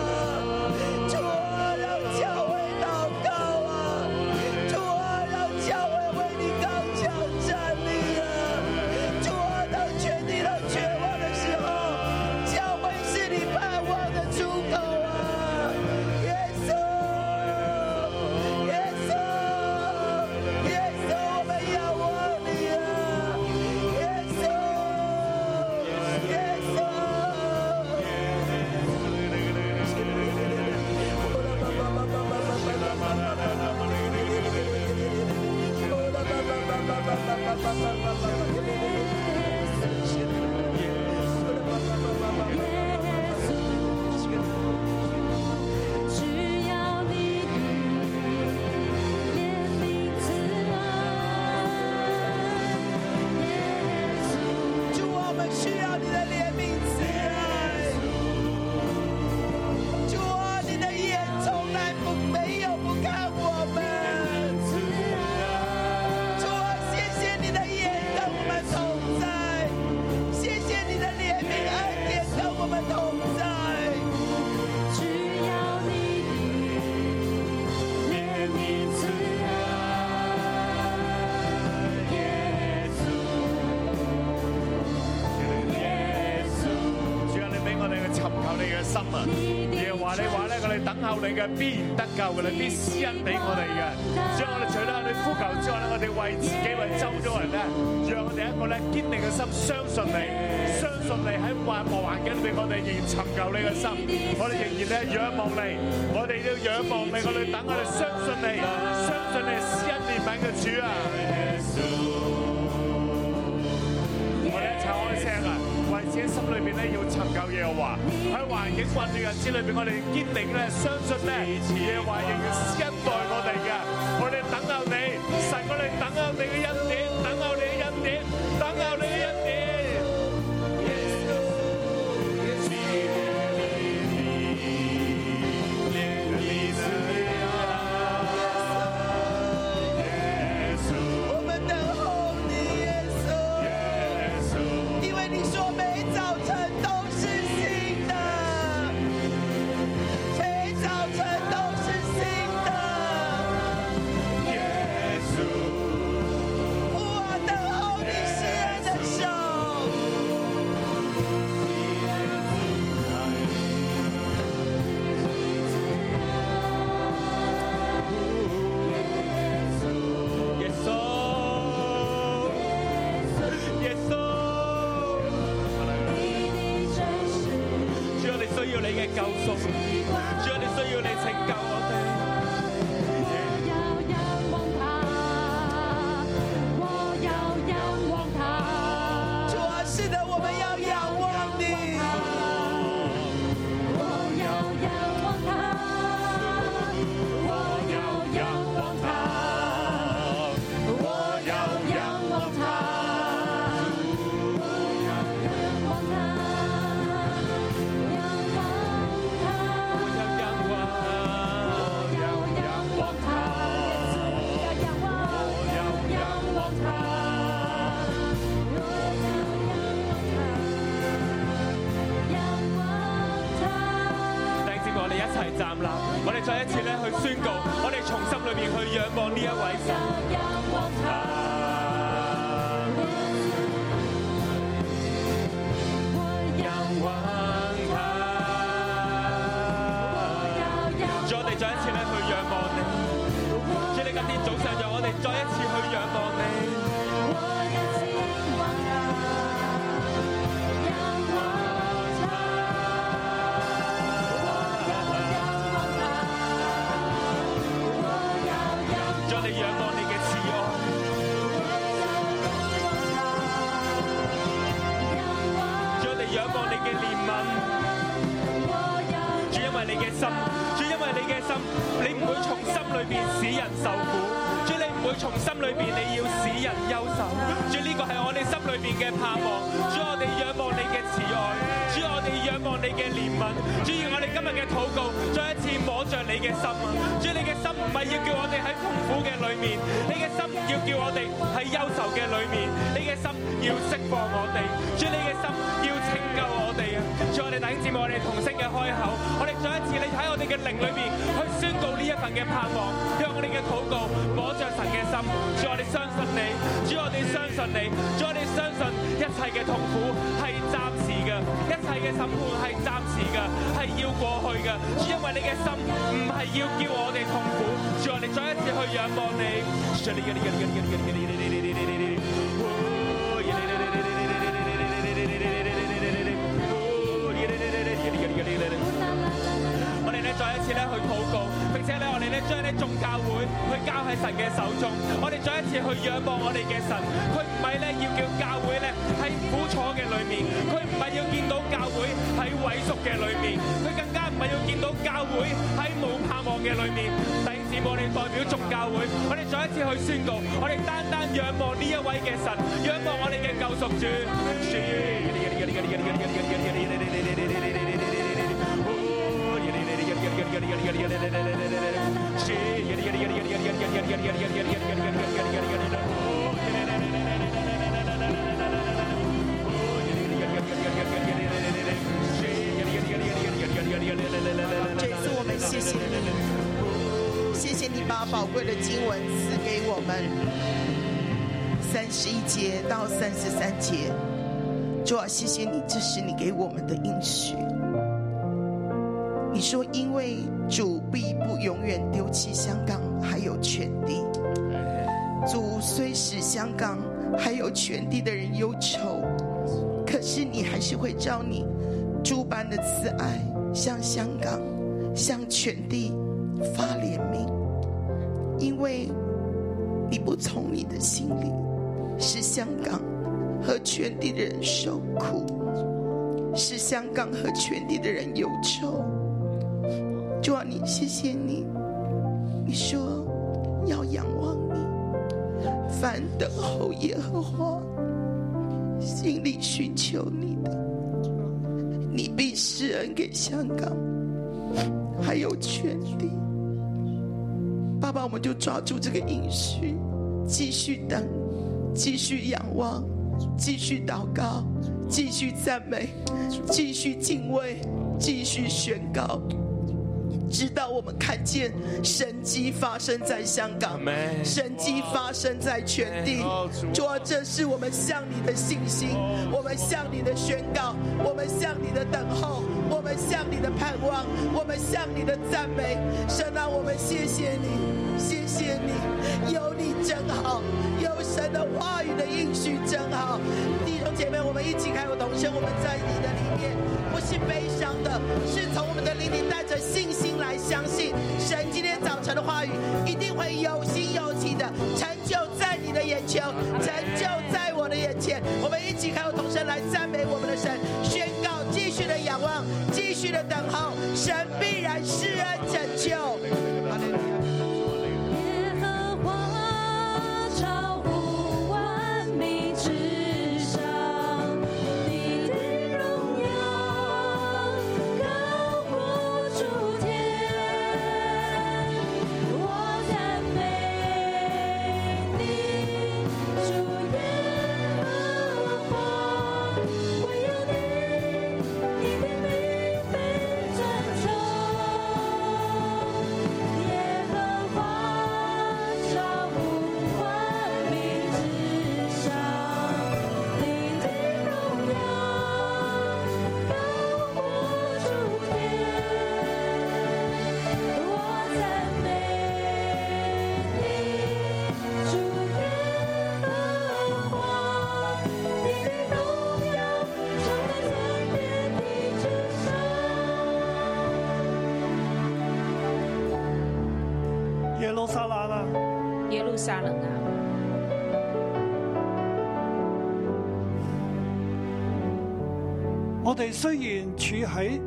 Speaker 5: 主啊，让教会祷告啊，主啊，让教啊啊
Speaker 6: 啊心啊！耶和華你話咧，我哋等候你嘅必然得救嘅，你必施恩俾我哋嘅。所以我哋除咗我哋呼求之外咧，我哋為自己為周遭人咧，讓我哋一個咧堅定嘅心，相信你，相信你喺萬無環境裏邊，我哋仍然尋求你嘅心，我哋仍然咧仰望你，我哋要仰望你，我哋等我哋相信你，相信你係施恩憐憫嘅主啊！我哋一齊開聲啊！為自己心裏邊咧要尋求耶和華，喺環境混亂日子裏邊，我哋堅定咧相信咧耶和華仍然恩待我哋嘅。我哋等候你，神，我哋等候你嘅恩典，等候你嘅恩典，等候你嘅恩典。
Speaker 5: 我们等候你，耶稣，因为你说每早晨都是新的，每早晨都是新的。我等候你施恩的手，
Speaker 6: 耶稣，耶稣，主我哋需要你嘅救赎，主我哋需要你拯救我哋。
Speaker 5: 主啊，是的，我们要仰望你。
Speaker 6: 弟兄姊妹，我哋一齊站立，我哋再一次咧去宣告，我哋從心裏面去仰望呢一位神。仰望他，主我哋再一次咧去仰望你，主你今天早上讓我哋再一次去仰望你，主我哋仰望你嘅慈愛，主我哋仰望你嘅憐憫，主因為你嘅心，主因為你嘅心，你唔會從心裏邊使人受苦，主你唔會從心裏邊你要使人憂愁，主呢個係我哋心裏邊嘅盼望，主我哋仰望你嘅慈愛，主我哋仰望你嘅憐憫，主要我哋今日嘅禱告，再一次摸着你嘅心啊，主你嘅心唔係要叫我哋喺痛苦嘅裏面，你嘅心要叫我哋喺憂愁嘅裏面，你嘅心要釋放我哋，主你嘅心要拯救我哋啊，主我哋弟兄姊妹，我哋同聲嘅開口，我哋再一次你喺我哋嘅靈裏面去宣告呢一份嘅盼望，讓我哋嘅禱告摸着神嘅心，主我哋相信你，主我哋相信你，主我哋相信一切嘅痛苦係暫時嘅，一切嘅審判係暫時嘅，係要過去嘅，主因為你嘅心唔係要叫我哋痛苦，主我哋再一次去仰望你，主你嘅你嘅你嘅你嘅你嘅你嘅你嘅你嘅你嘅我哋咧再一次咧去禱告，並且咧我哋咧將呢眾教會去交喺神嘅手中。我哋再一次去仰望我哋嘅神，佢唔係咧要叫教會咧喺苦楚嘅裏面，佢唔係要見到教會喺萎縮嘅裏面，佢更加唔係要見到教會喺冇盼望嘅裏面。弟兄姊妹，我哋代表眾教會，我哋再一次去宣告，我哋單單仰望呢一位嘅神，仰望我哋嘅救贖主。
Speaker 5: 这一次我们谢谢你，谢谢你把宝贵的经文赐给我们。三十一节到三十三节，主啊，谢谢你，这是你给我们的应许。你说，因为主必不永远丢弃香港，还有全地。主虽使香港还有全地的人忧愁，可是你还是会照你诸般的慈爱，向香港、向全地发怜悯，因为你不从你的心里使香港和全地的人受苦，使香港和全地的人忧愁。主啊，你谢谢你，你说要仰望你。凡等候耶和华，心里寻求你的，你必施恩给香港，还有全地。爸爸，我们就抓住这个应许，继续等，继续仰望，继续祷告，继续赞美，继续敬畏，继续宣告。直到我们看见神迹发生在香港
Speaker 6: Amen，
Speaker 5: 神迹发生在全地
Speaker 6: Amen，主啊。
Speaker 5: 主啊，这是我们向你的信心，我们向你的宣告，我们向你的等候，我们向你的盼望，我们向你的赞美。神啊，我们谢谢你，谢谢你，有你真好，有神的话语的应许真好。弟兄姐妹，我们一起开口同声，我们在你的里面，不是悲伤的，是从我们的灵里带着信心来相信神今天早晨的话语一定会有心有情的成就在你的眼前，成就在我的眼前。我们一起开口同声来赞美我们的神，宣告继续的仰望，继续的等候，神必然施恩拯救。哈利路亚
Speaker 7: 耶和华超乎万民之上，你的荣耀高过诸天。我赞美你，主耶和华，我要你，你的名被尊崇。耶和华照顾万民之上，你的荣耀高过诸天。我赞美你，主耶和华，你的荣耀充满在天地之上。
Speaker 2: 耶路撒冷啊，
Speaker 3: 耶路撒冷啊，
Speaker 2: 我哋雖然處喺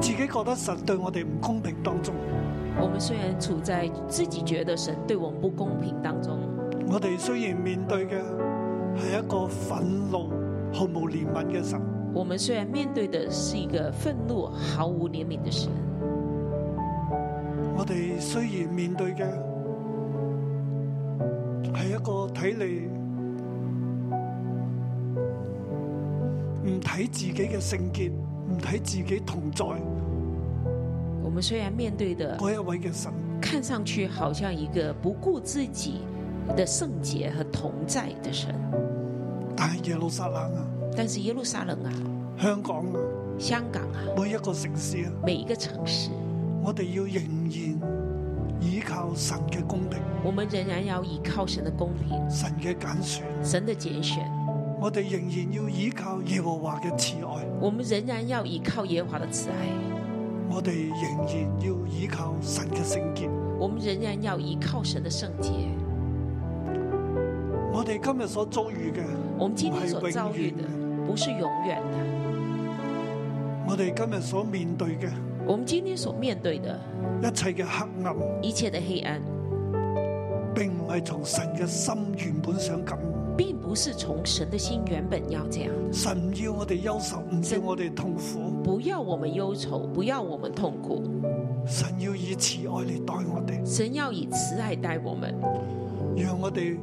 Speaker 2: 自己覺得神對我哋唔公平當中，
Speaker 3: 我们虽然处在自己觉得神对我们不公平当中，
Speaker 2: 我哋雖然面對嘅係一個憤怒、毫無憐憫嘅神，
Speaker 3: 我们虽然面对的是一个愤怒、毫无怜悯的神，
Speaker 2: 我哋雖然面對嘅係一個睇嚟唔睇自己嘅聖潔，唔睇自己同在
Speaker 3: 我们虽然面对的
Speaker 2: 嗰一位嘅神，
Speaker 3: 看上去好像一个不顾自己的圣洁和同在的神，
Speaker 2: 但係耶路撒冷啊、
Speaker 3: 但是耶路撒冷啊、
Speaker 2: 香港啊、
Speaker 3: 香港啊，
Speaker 2: 每一個城市啊，
Speaker 3: 每一个城市，
Speaker 2: 我哋要仍然依靠神嘅公平、
Speaker 3: 我们仍然要依靠神的公平、
Speaker 2: 神嘅揀選，
Speaker 3: 神的拣选，
Speaker 2: 我哋仍然要依靠耶和華嘅慈愛，
Speaker 3: 我们仍然要依靠耶和华的慈爱，
Speaker 2: 我哋仍然要依靠神嘅聖潔。
Speaker 3: 我们仍然要依靠神的圣洁。
Speaker 2: 我哋今日所遭遇嘅，
Speaker 3: 我们今天所遭遇的
Speaker 2: 唔係永遠
Speaker 3: 不是永远的，
Speaker 2: 我哋今日所面對嘅
Speaker 3: 我们今天所面对的
Speaker 2: 一切嘅黑暗，
Speaker 3: 一切的黑暗，
Speaker 2: 並唔係從神嘅心原本想咁。
Speaker 3: 并不是从神的心原本要这样的。
Speaker 2: 神唔要我哋憂愁，唔要
Speaker 3: 神
Speaker 2: 我哋痛苦，
Speaker 3: 不要我们忧愁，不要我们痛苦，
Speaker 2: 神要以慈愛嚟待我哋，
Speaker 3: 神要以慈爱待我们，
Speaker 2: 讓我哋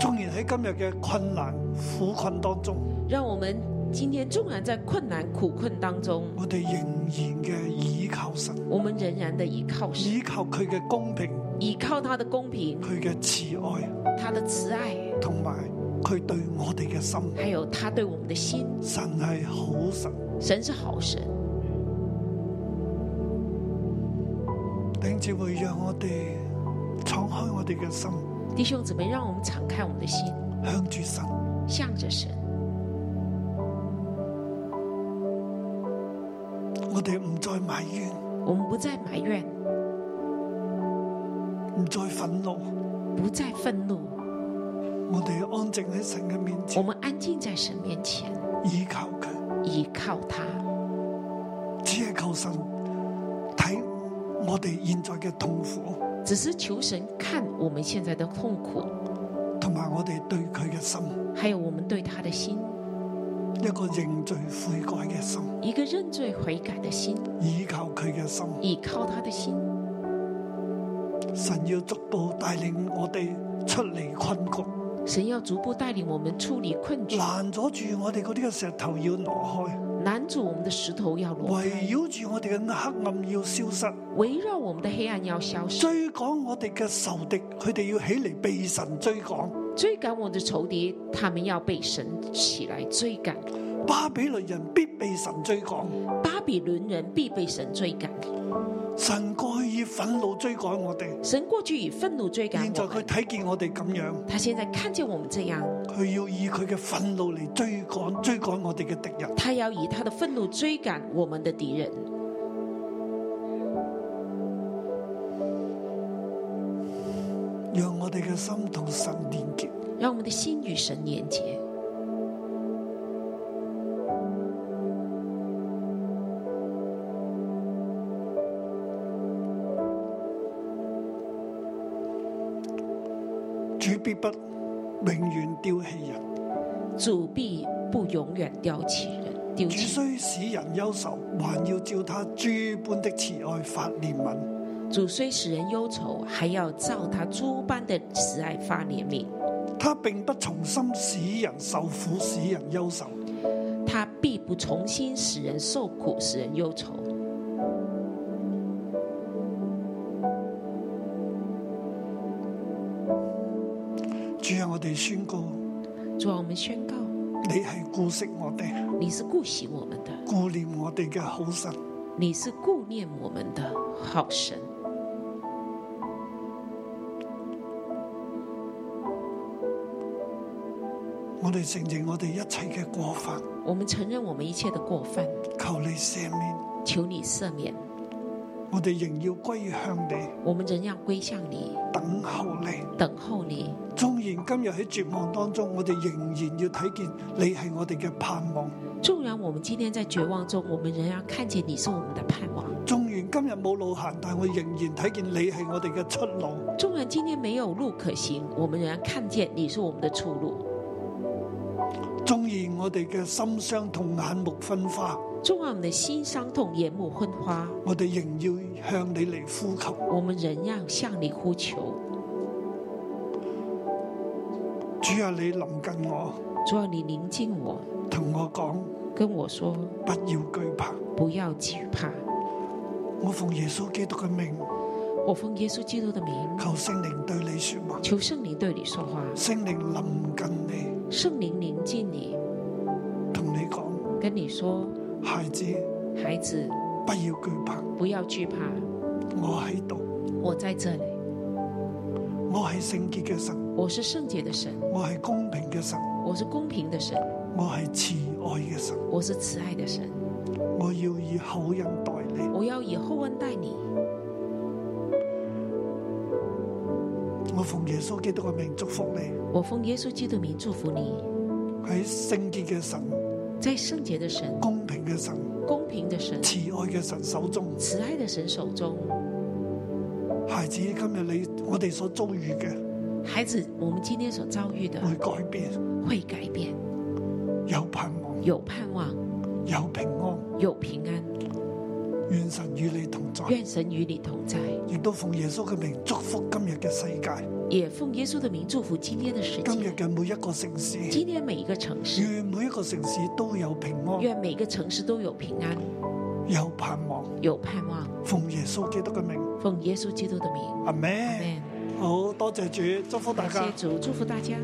Speaker 2: 縱然喺今日嘅困難苦困當中，
Speaker 3: 让我们今天纵然在困难苦困当中，
Speaker 2: 我哋仍然嘅倚靠神，
Speaker 3: 我们仍然的依靠神，
Speaker 2: 倚靠佢嘅公平、
Speaker 3: 依靠他的公平、
Speaker 2: 佢嘅慈愛
Speaker 3: 他的慈爱，
Speaker 2: 同埋佢對我哋嘅心。
Speaker 3: 还有他对我们的心。
Speaker 2: 神係好神，
Speaker 3: 神是好神，
Speaker 2: 兄姊妹，讓我哋敞開我哋嘅心，
Speaker 3: 弟兄姊妹，让我们敞开我们的心，
Speaker 2: 向住神。
Speaker 3: 向着神。
Speaker 2: 我哋唔再埋怨，
Speaker 3: 我们不再埋怨，
Speaker 2: 唔再憤怒，
Speaker 3: 不再愤怒，
Speaker 2: 我哋安靜喺神嘅面
Speaker 3: 我
Speaker 2: 前，
Speaker 3: 们安静在神面前，
Speaker 2: 倚靠佢，
Speaker 3: 依靠他，
Speaker 2: 只係求神睇我哋現在嘅痛苦，
Speaker 3: 只是求神看我们现在的痛苦，
Speaker 2: 同埋我哋對佢嘅心，
Speaker 3: 还有我们对他的心，
Speaker 2: 一個認罪悔改嘅心，
Speaker 3: 一个认罪悔改的心，
Speaker 2: 倚靠佢嘅心。
Speaker 3: 依靠他的心。
Speaker 2: 神要逐步帶領我哋出離困局，
Speaker 3: 神要逐步带领我们处理困局，
Speaker 2: 攔阻住我哋嗰啲嘅石頭要挪開，
Speaker 3: 拦阻我们的石头要挪
Speaker 2: 圍
Speaker 3: 开，
Speaker 2: 繞住我哋嘅黑暗要消失。
Speaker 3: 围绕我们的黑暗要消失，
Speaker 2: 追趕我哋嘅仇敵，佢哋要起嚟被神追趕。
Speaker 3: 追赶我们的仇敌，他们要被神起来追赶。
Speaker 2: 巴比伦人必被神追趕，
Speaker 3: 巴比伦人必被神追赶。
Speaker 2: 神過去以憤怒追趕我哋。
Speaker 3: 神过去以愤怒追赶
Speaker 2: 現在
Speaker 3: 我
Speaker 2: 佢
Speaker 3: 们，
Speaker 2: 睇見我哋咁樣，
Speaker 3: 他现在看见我们这样，
Speaker 2: 佢要以佢嘅憤怒嚟追趕追趕我哋嘅敵人。
Speaker 3: 他要以他的愤怒追赶我们的敌人。
Speaker 2: 讓我哋嘅心同神連結，
Speaker 3: 让我们的心与神连接，
Speaker 2: 主必不永遠丟棄人，
Speaker 3: 主必不永远丢弃人，丢
Speaker 2: 主
Speaker 3: 弃。
Speaker 2: 雖使人憂愁，還要照他諸般的慈愛發憐憫。
Speaker 3: 主虽使人忧愁，还要照他诸般的慈爱发怜悯。
Speaker 2: 他並不從心使人受苦，使人憂愁。
Speaker 3: 他必不重新使人受苦，使人忧愁。
Speaker 2: 主啊，我哋宣告，
Speaker 3: 主啊，我们宣告，
Speaker 2: 你係顧惜我哋。
Speaker 3: 你是顾惜我们的，
Speaker 2: 顧念我哋嘅好神，
Speaker 3: 你是顾念我们的好神。
Speaker 2: 我哋承認我哋一切嘅過犯，
Speaker 3: 我们承认我们一切的过犯，
Speaker 2: 求你赦免。
Speaker 3: 求你赦免。
Speaker 2: 我哋仍要歸向你，
Speaker 3: 我们仍要归向你，
Speaker 2: 等候你。
Speaker 3: 等候你。
Speaker 2: 縱然今日喺絕望當中，我哋仍然要睇見你係我哋嘅盼望。
Speaker 3: 纵然我们今天在绝望中，我们仍然看见你是我们的盼望；
Speaker 2: 縱然今日冇路行，但我仍然睇見你係我哋嘅出路。
Speaker 3: 纵然今天没有路可行，我们仍然看见你是我们的出路；
Speaker 2: 縱然我哋嘅心傷同眼目昏花，
Speaker 3: 纵然我们的心伤痛、眼目昏花，
Speaker 2: 我哋仍要向你嚟呼求。
Speaker 3: 我们仍要向你呼求。
Speaker 2: 主啊，你臨近我，
Speaker 3: 主要你临近我，
Speaker 2: 同我講，
Speaker 3: 跟我说
Speaker 2: 不要懼怕。
Speaker 3: 不要惧怕。
Speaker 2: 我奉耶穌基督嘅命，
Speaker 3: 我奉耶稣基督的名，
Speaker 2: 求聖靈對你說話。
Speaker 3: 求圣灵对你说话，
Speaker 2: 圣灵临近你，
Speaker 3: 圣灵临近你，
Speaker 2: 同你讲：
Speaker 3: 跟你说，
Speaker 2: 孩子，
Speaker 3: 孩子，
Speaker 2: 不要惧怕，
Speaker 3: 不要惧怕，
Speaker 2: 我喺度，
Speaker 3: 我在这里，
Speaker 2: 我系圣洁嘅神，
Speaker 3: 我是圣洁的神，
Speaker 2: 我系公平嘅神，
Speaker 3: 我是公平的神，
Speaker 2: 我系慈爱嘅神，
Speaker 3: 我是慈爱的神。
Speaker 2: 我要以口音待你，
Speaker 3: 我要以厚恩待你。
Speaker 2: 我奉耶稣基督嘅名祝福你，
Speaker 3: 我奉耶稣基督名祝福你，
Speaker 2: 喺圣洁嘅神、
Speaker 3: 在圣洁的神、
Speaker 2: 公平嘅神、
Speaker 3: 公平的神、
Speaker 2: 慈爱嘅神手中。
Speaker 3: 慈爱的神手中。
Speaker 2: 孩子，今日你我哋所遭遇嘅
Speaker 3: 孩子，我们今天所遭遇的
Speaker 2: 会改变，
Speaker 3: 会改变，
Speaker 2: 有盼望，
Speaker 3: 有盼望，
Speaker 2: 有平安，
Speaker 3: 有平安。
Speaker 2: 愿神与你同在，
Speaker 3: 愿神与你同在，
Speaker 2: 亦都奉耶稣嘅名祝福今日嘅世界。
Speaker 3: 也奉耶稣的名祝福今天的世
Speaker 2: 今日
Speaker 3: 界，
Speaker 2: 嘅每一個城市，
Speaker 3: 今天每一个城市，
Speaker 2: 願每一個城市都有平安，
Speaker 3: 愿每个城市都有平安，
Speaker 2: 有盼望。
Speaker 3: 有盼望。
Speaker 2: 奉耶穌基督嘅名，
Speaker 3: 奉耶稣基督的名，
Speaker 2: 阿
Speaker 3: 阿
Speaker 2: 咩？
Speaker 3: 门。
Speaker 2: 好多謝主，祝福大
Speaker 3: 感
Speaker 2: 家
Speaker 3: 谢。主，祝福大家。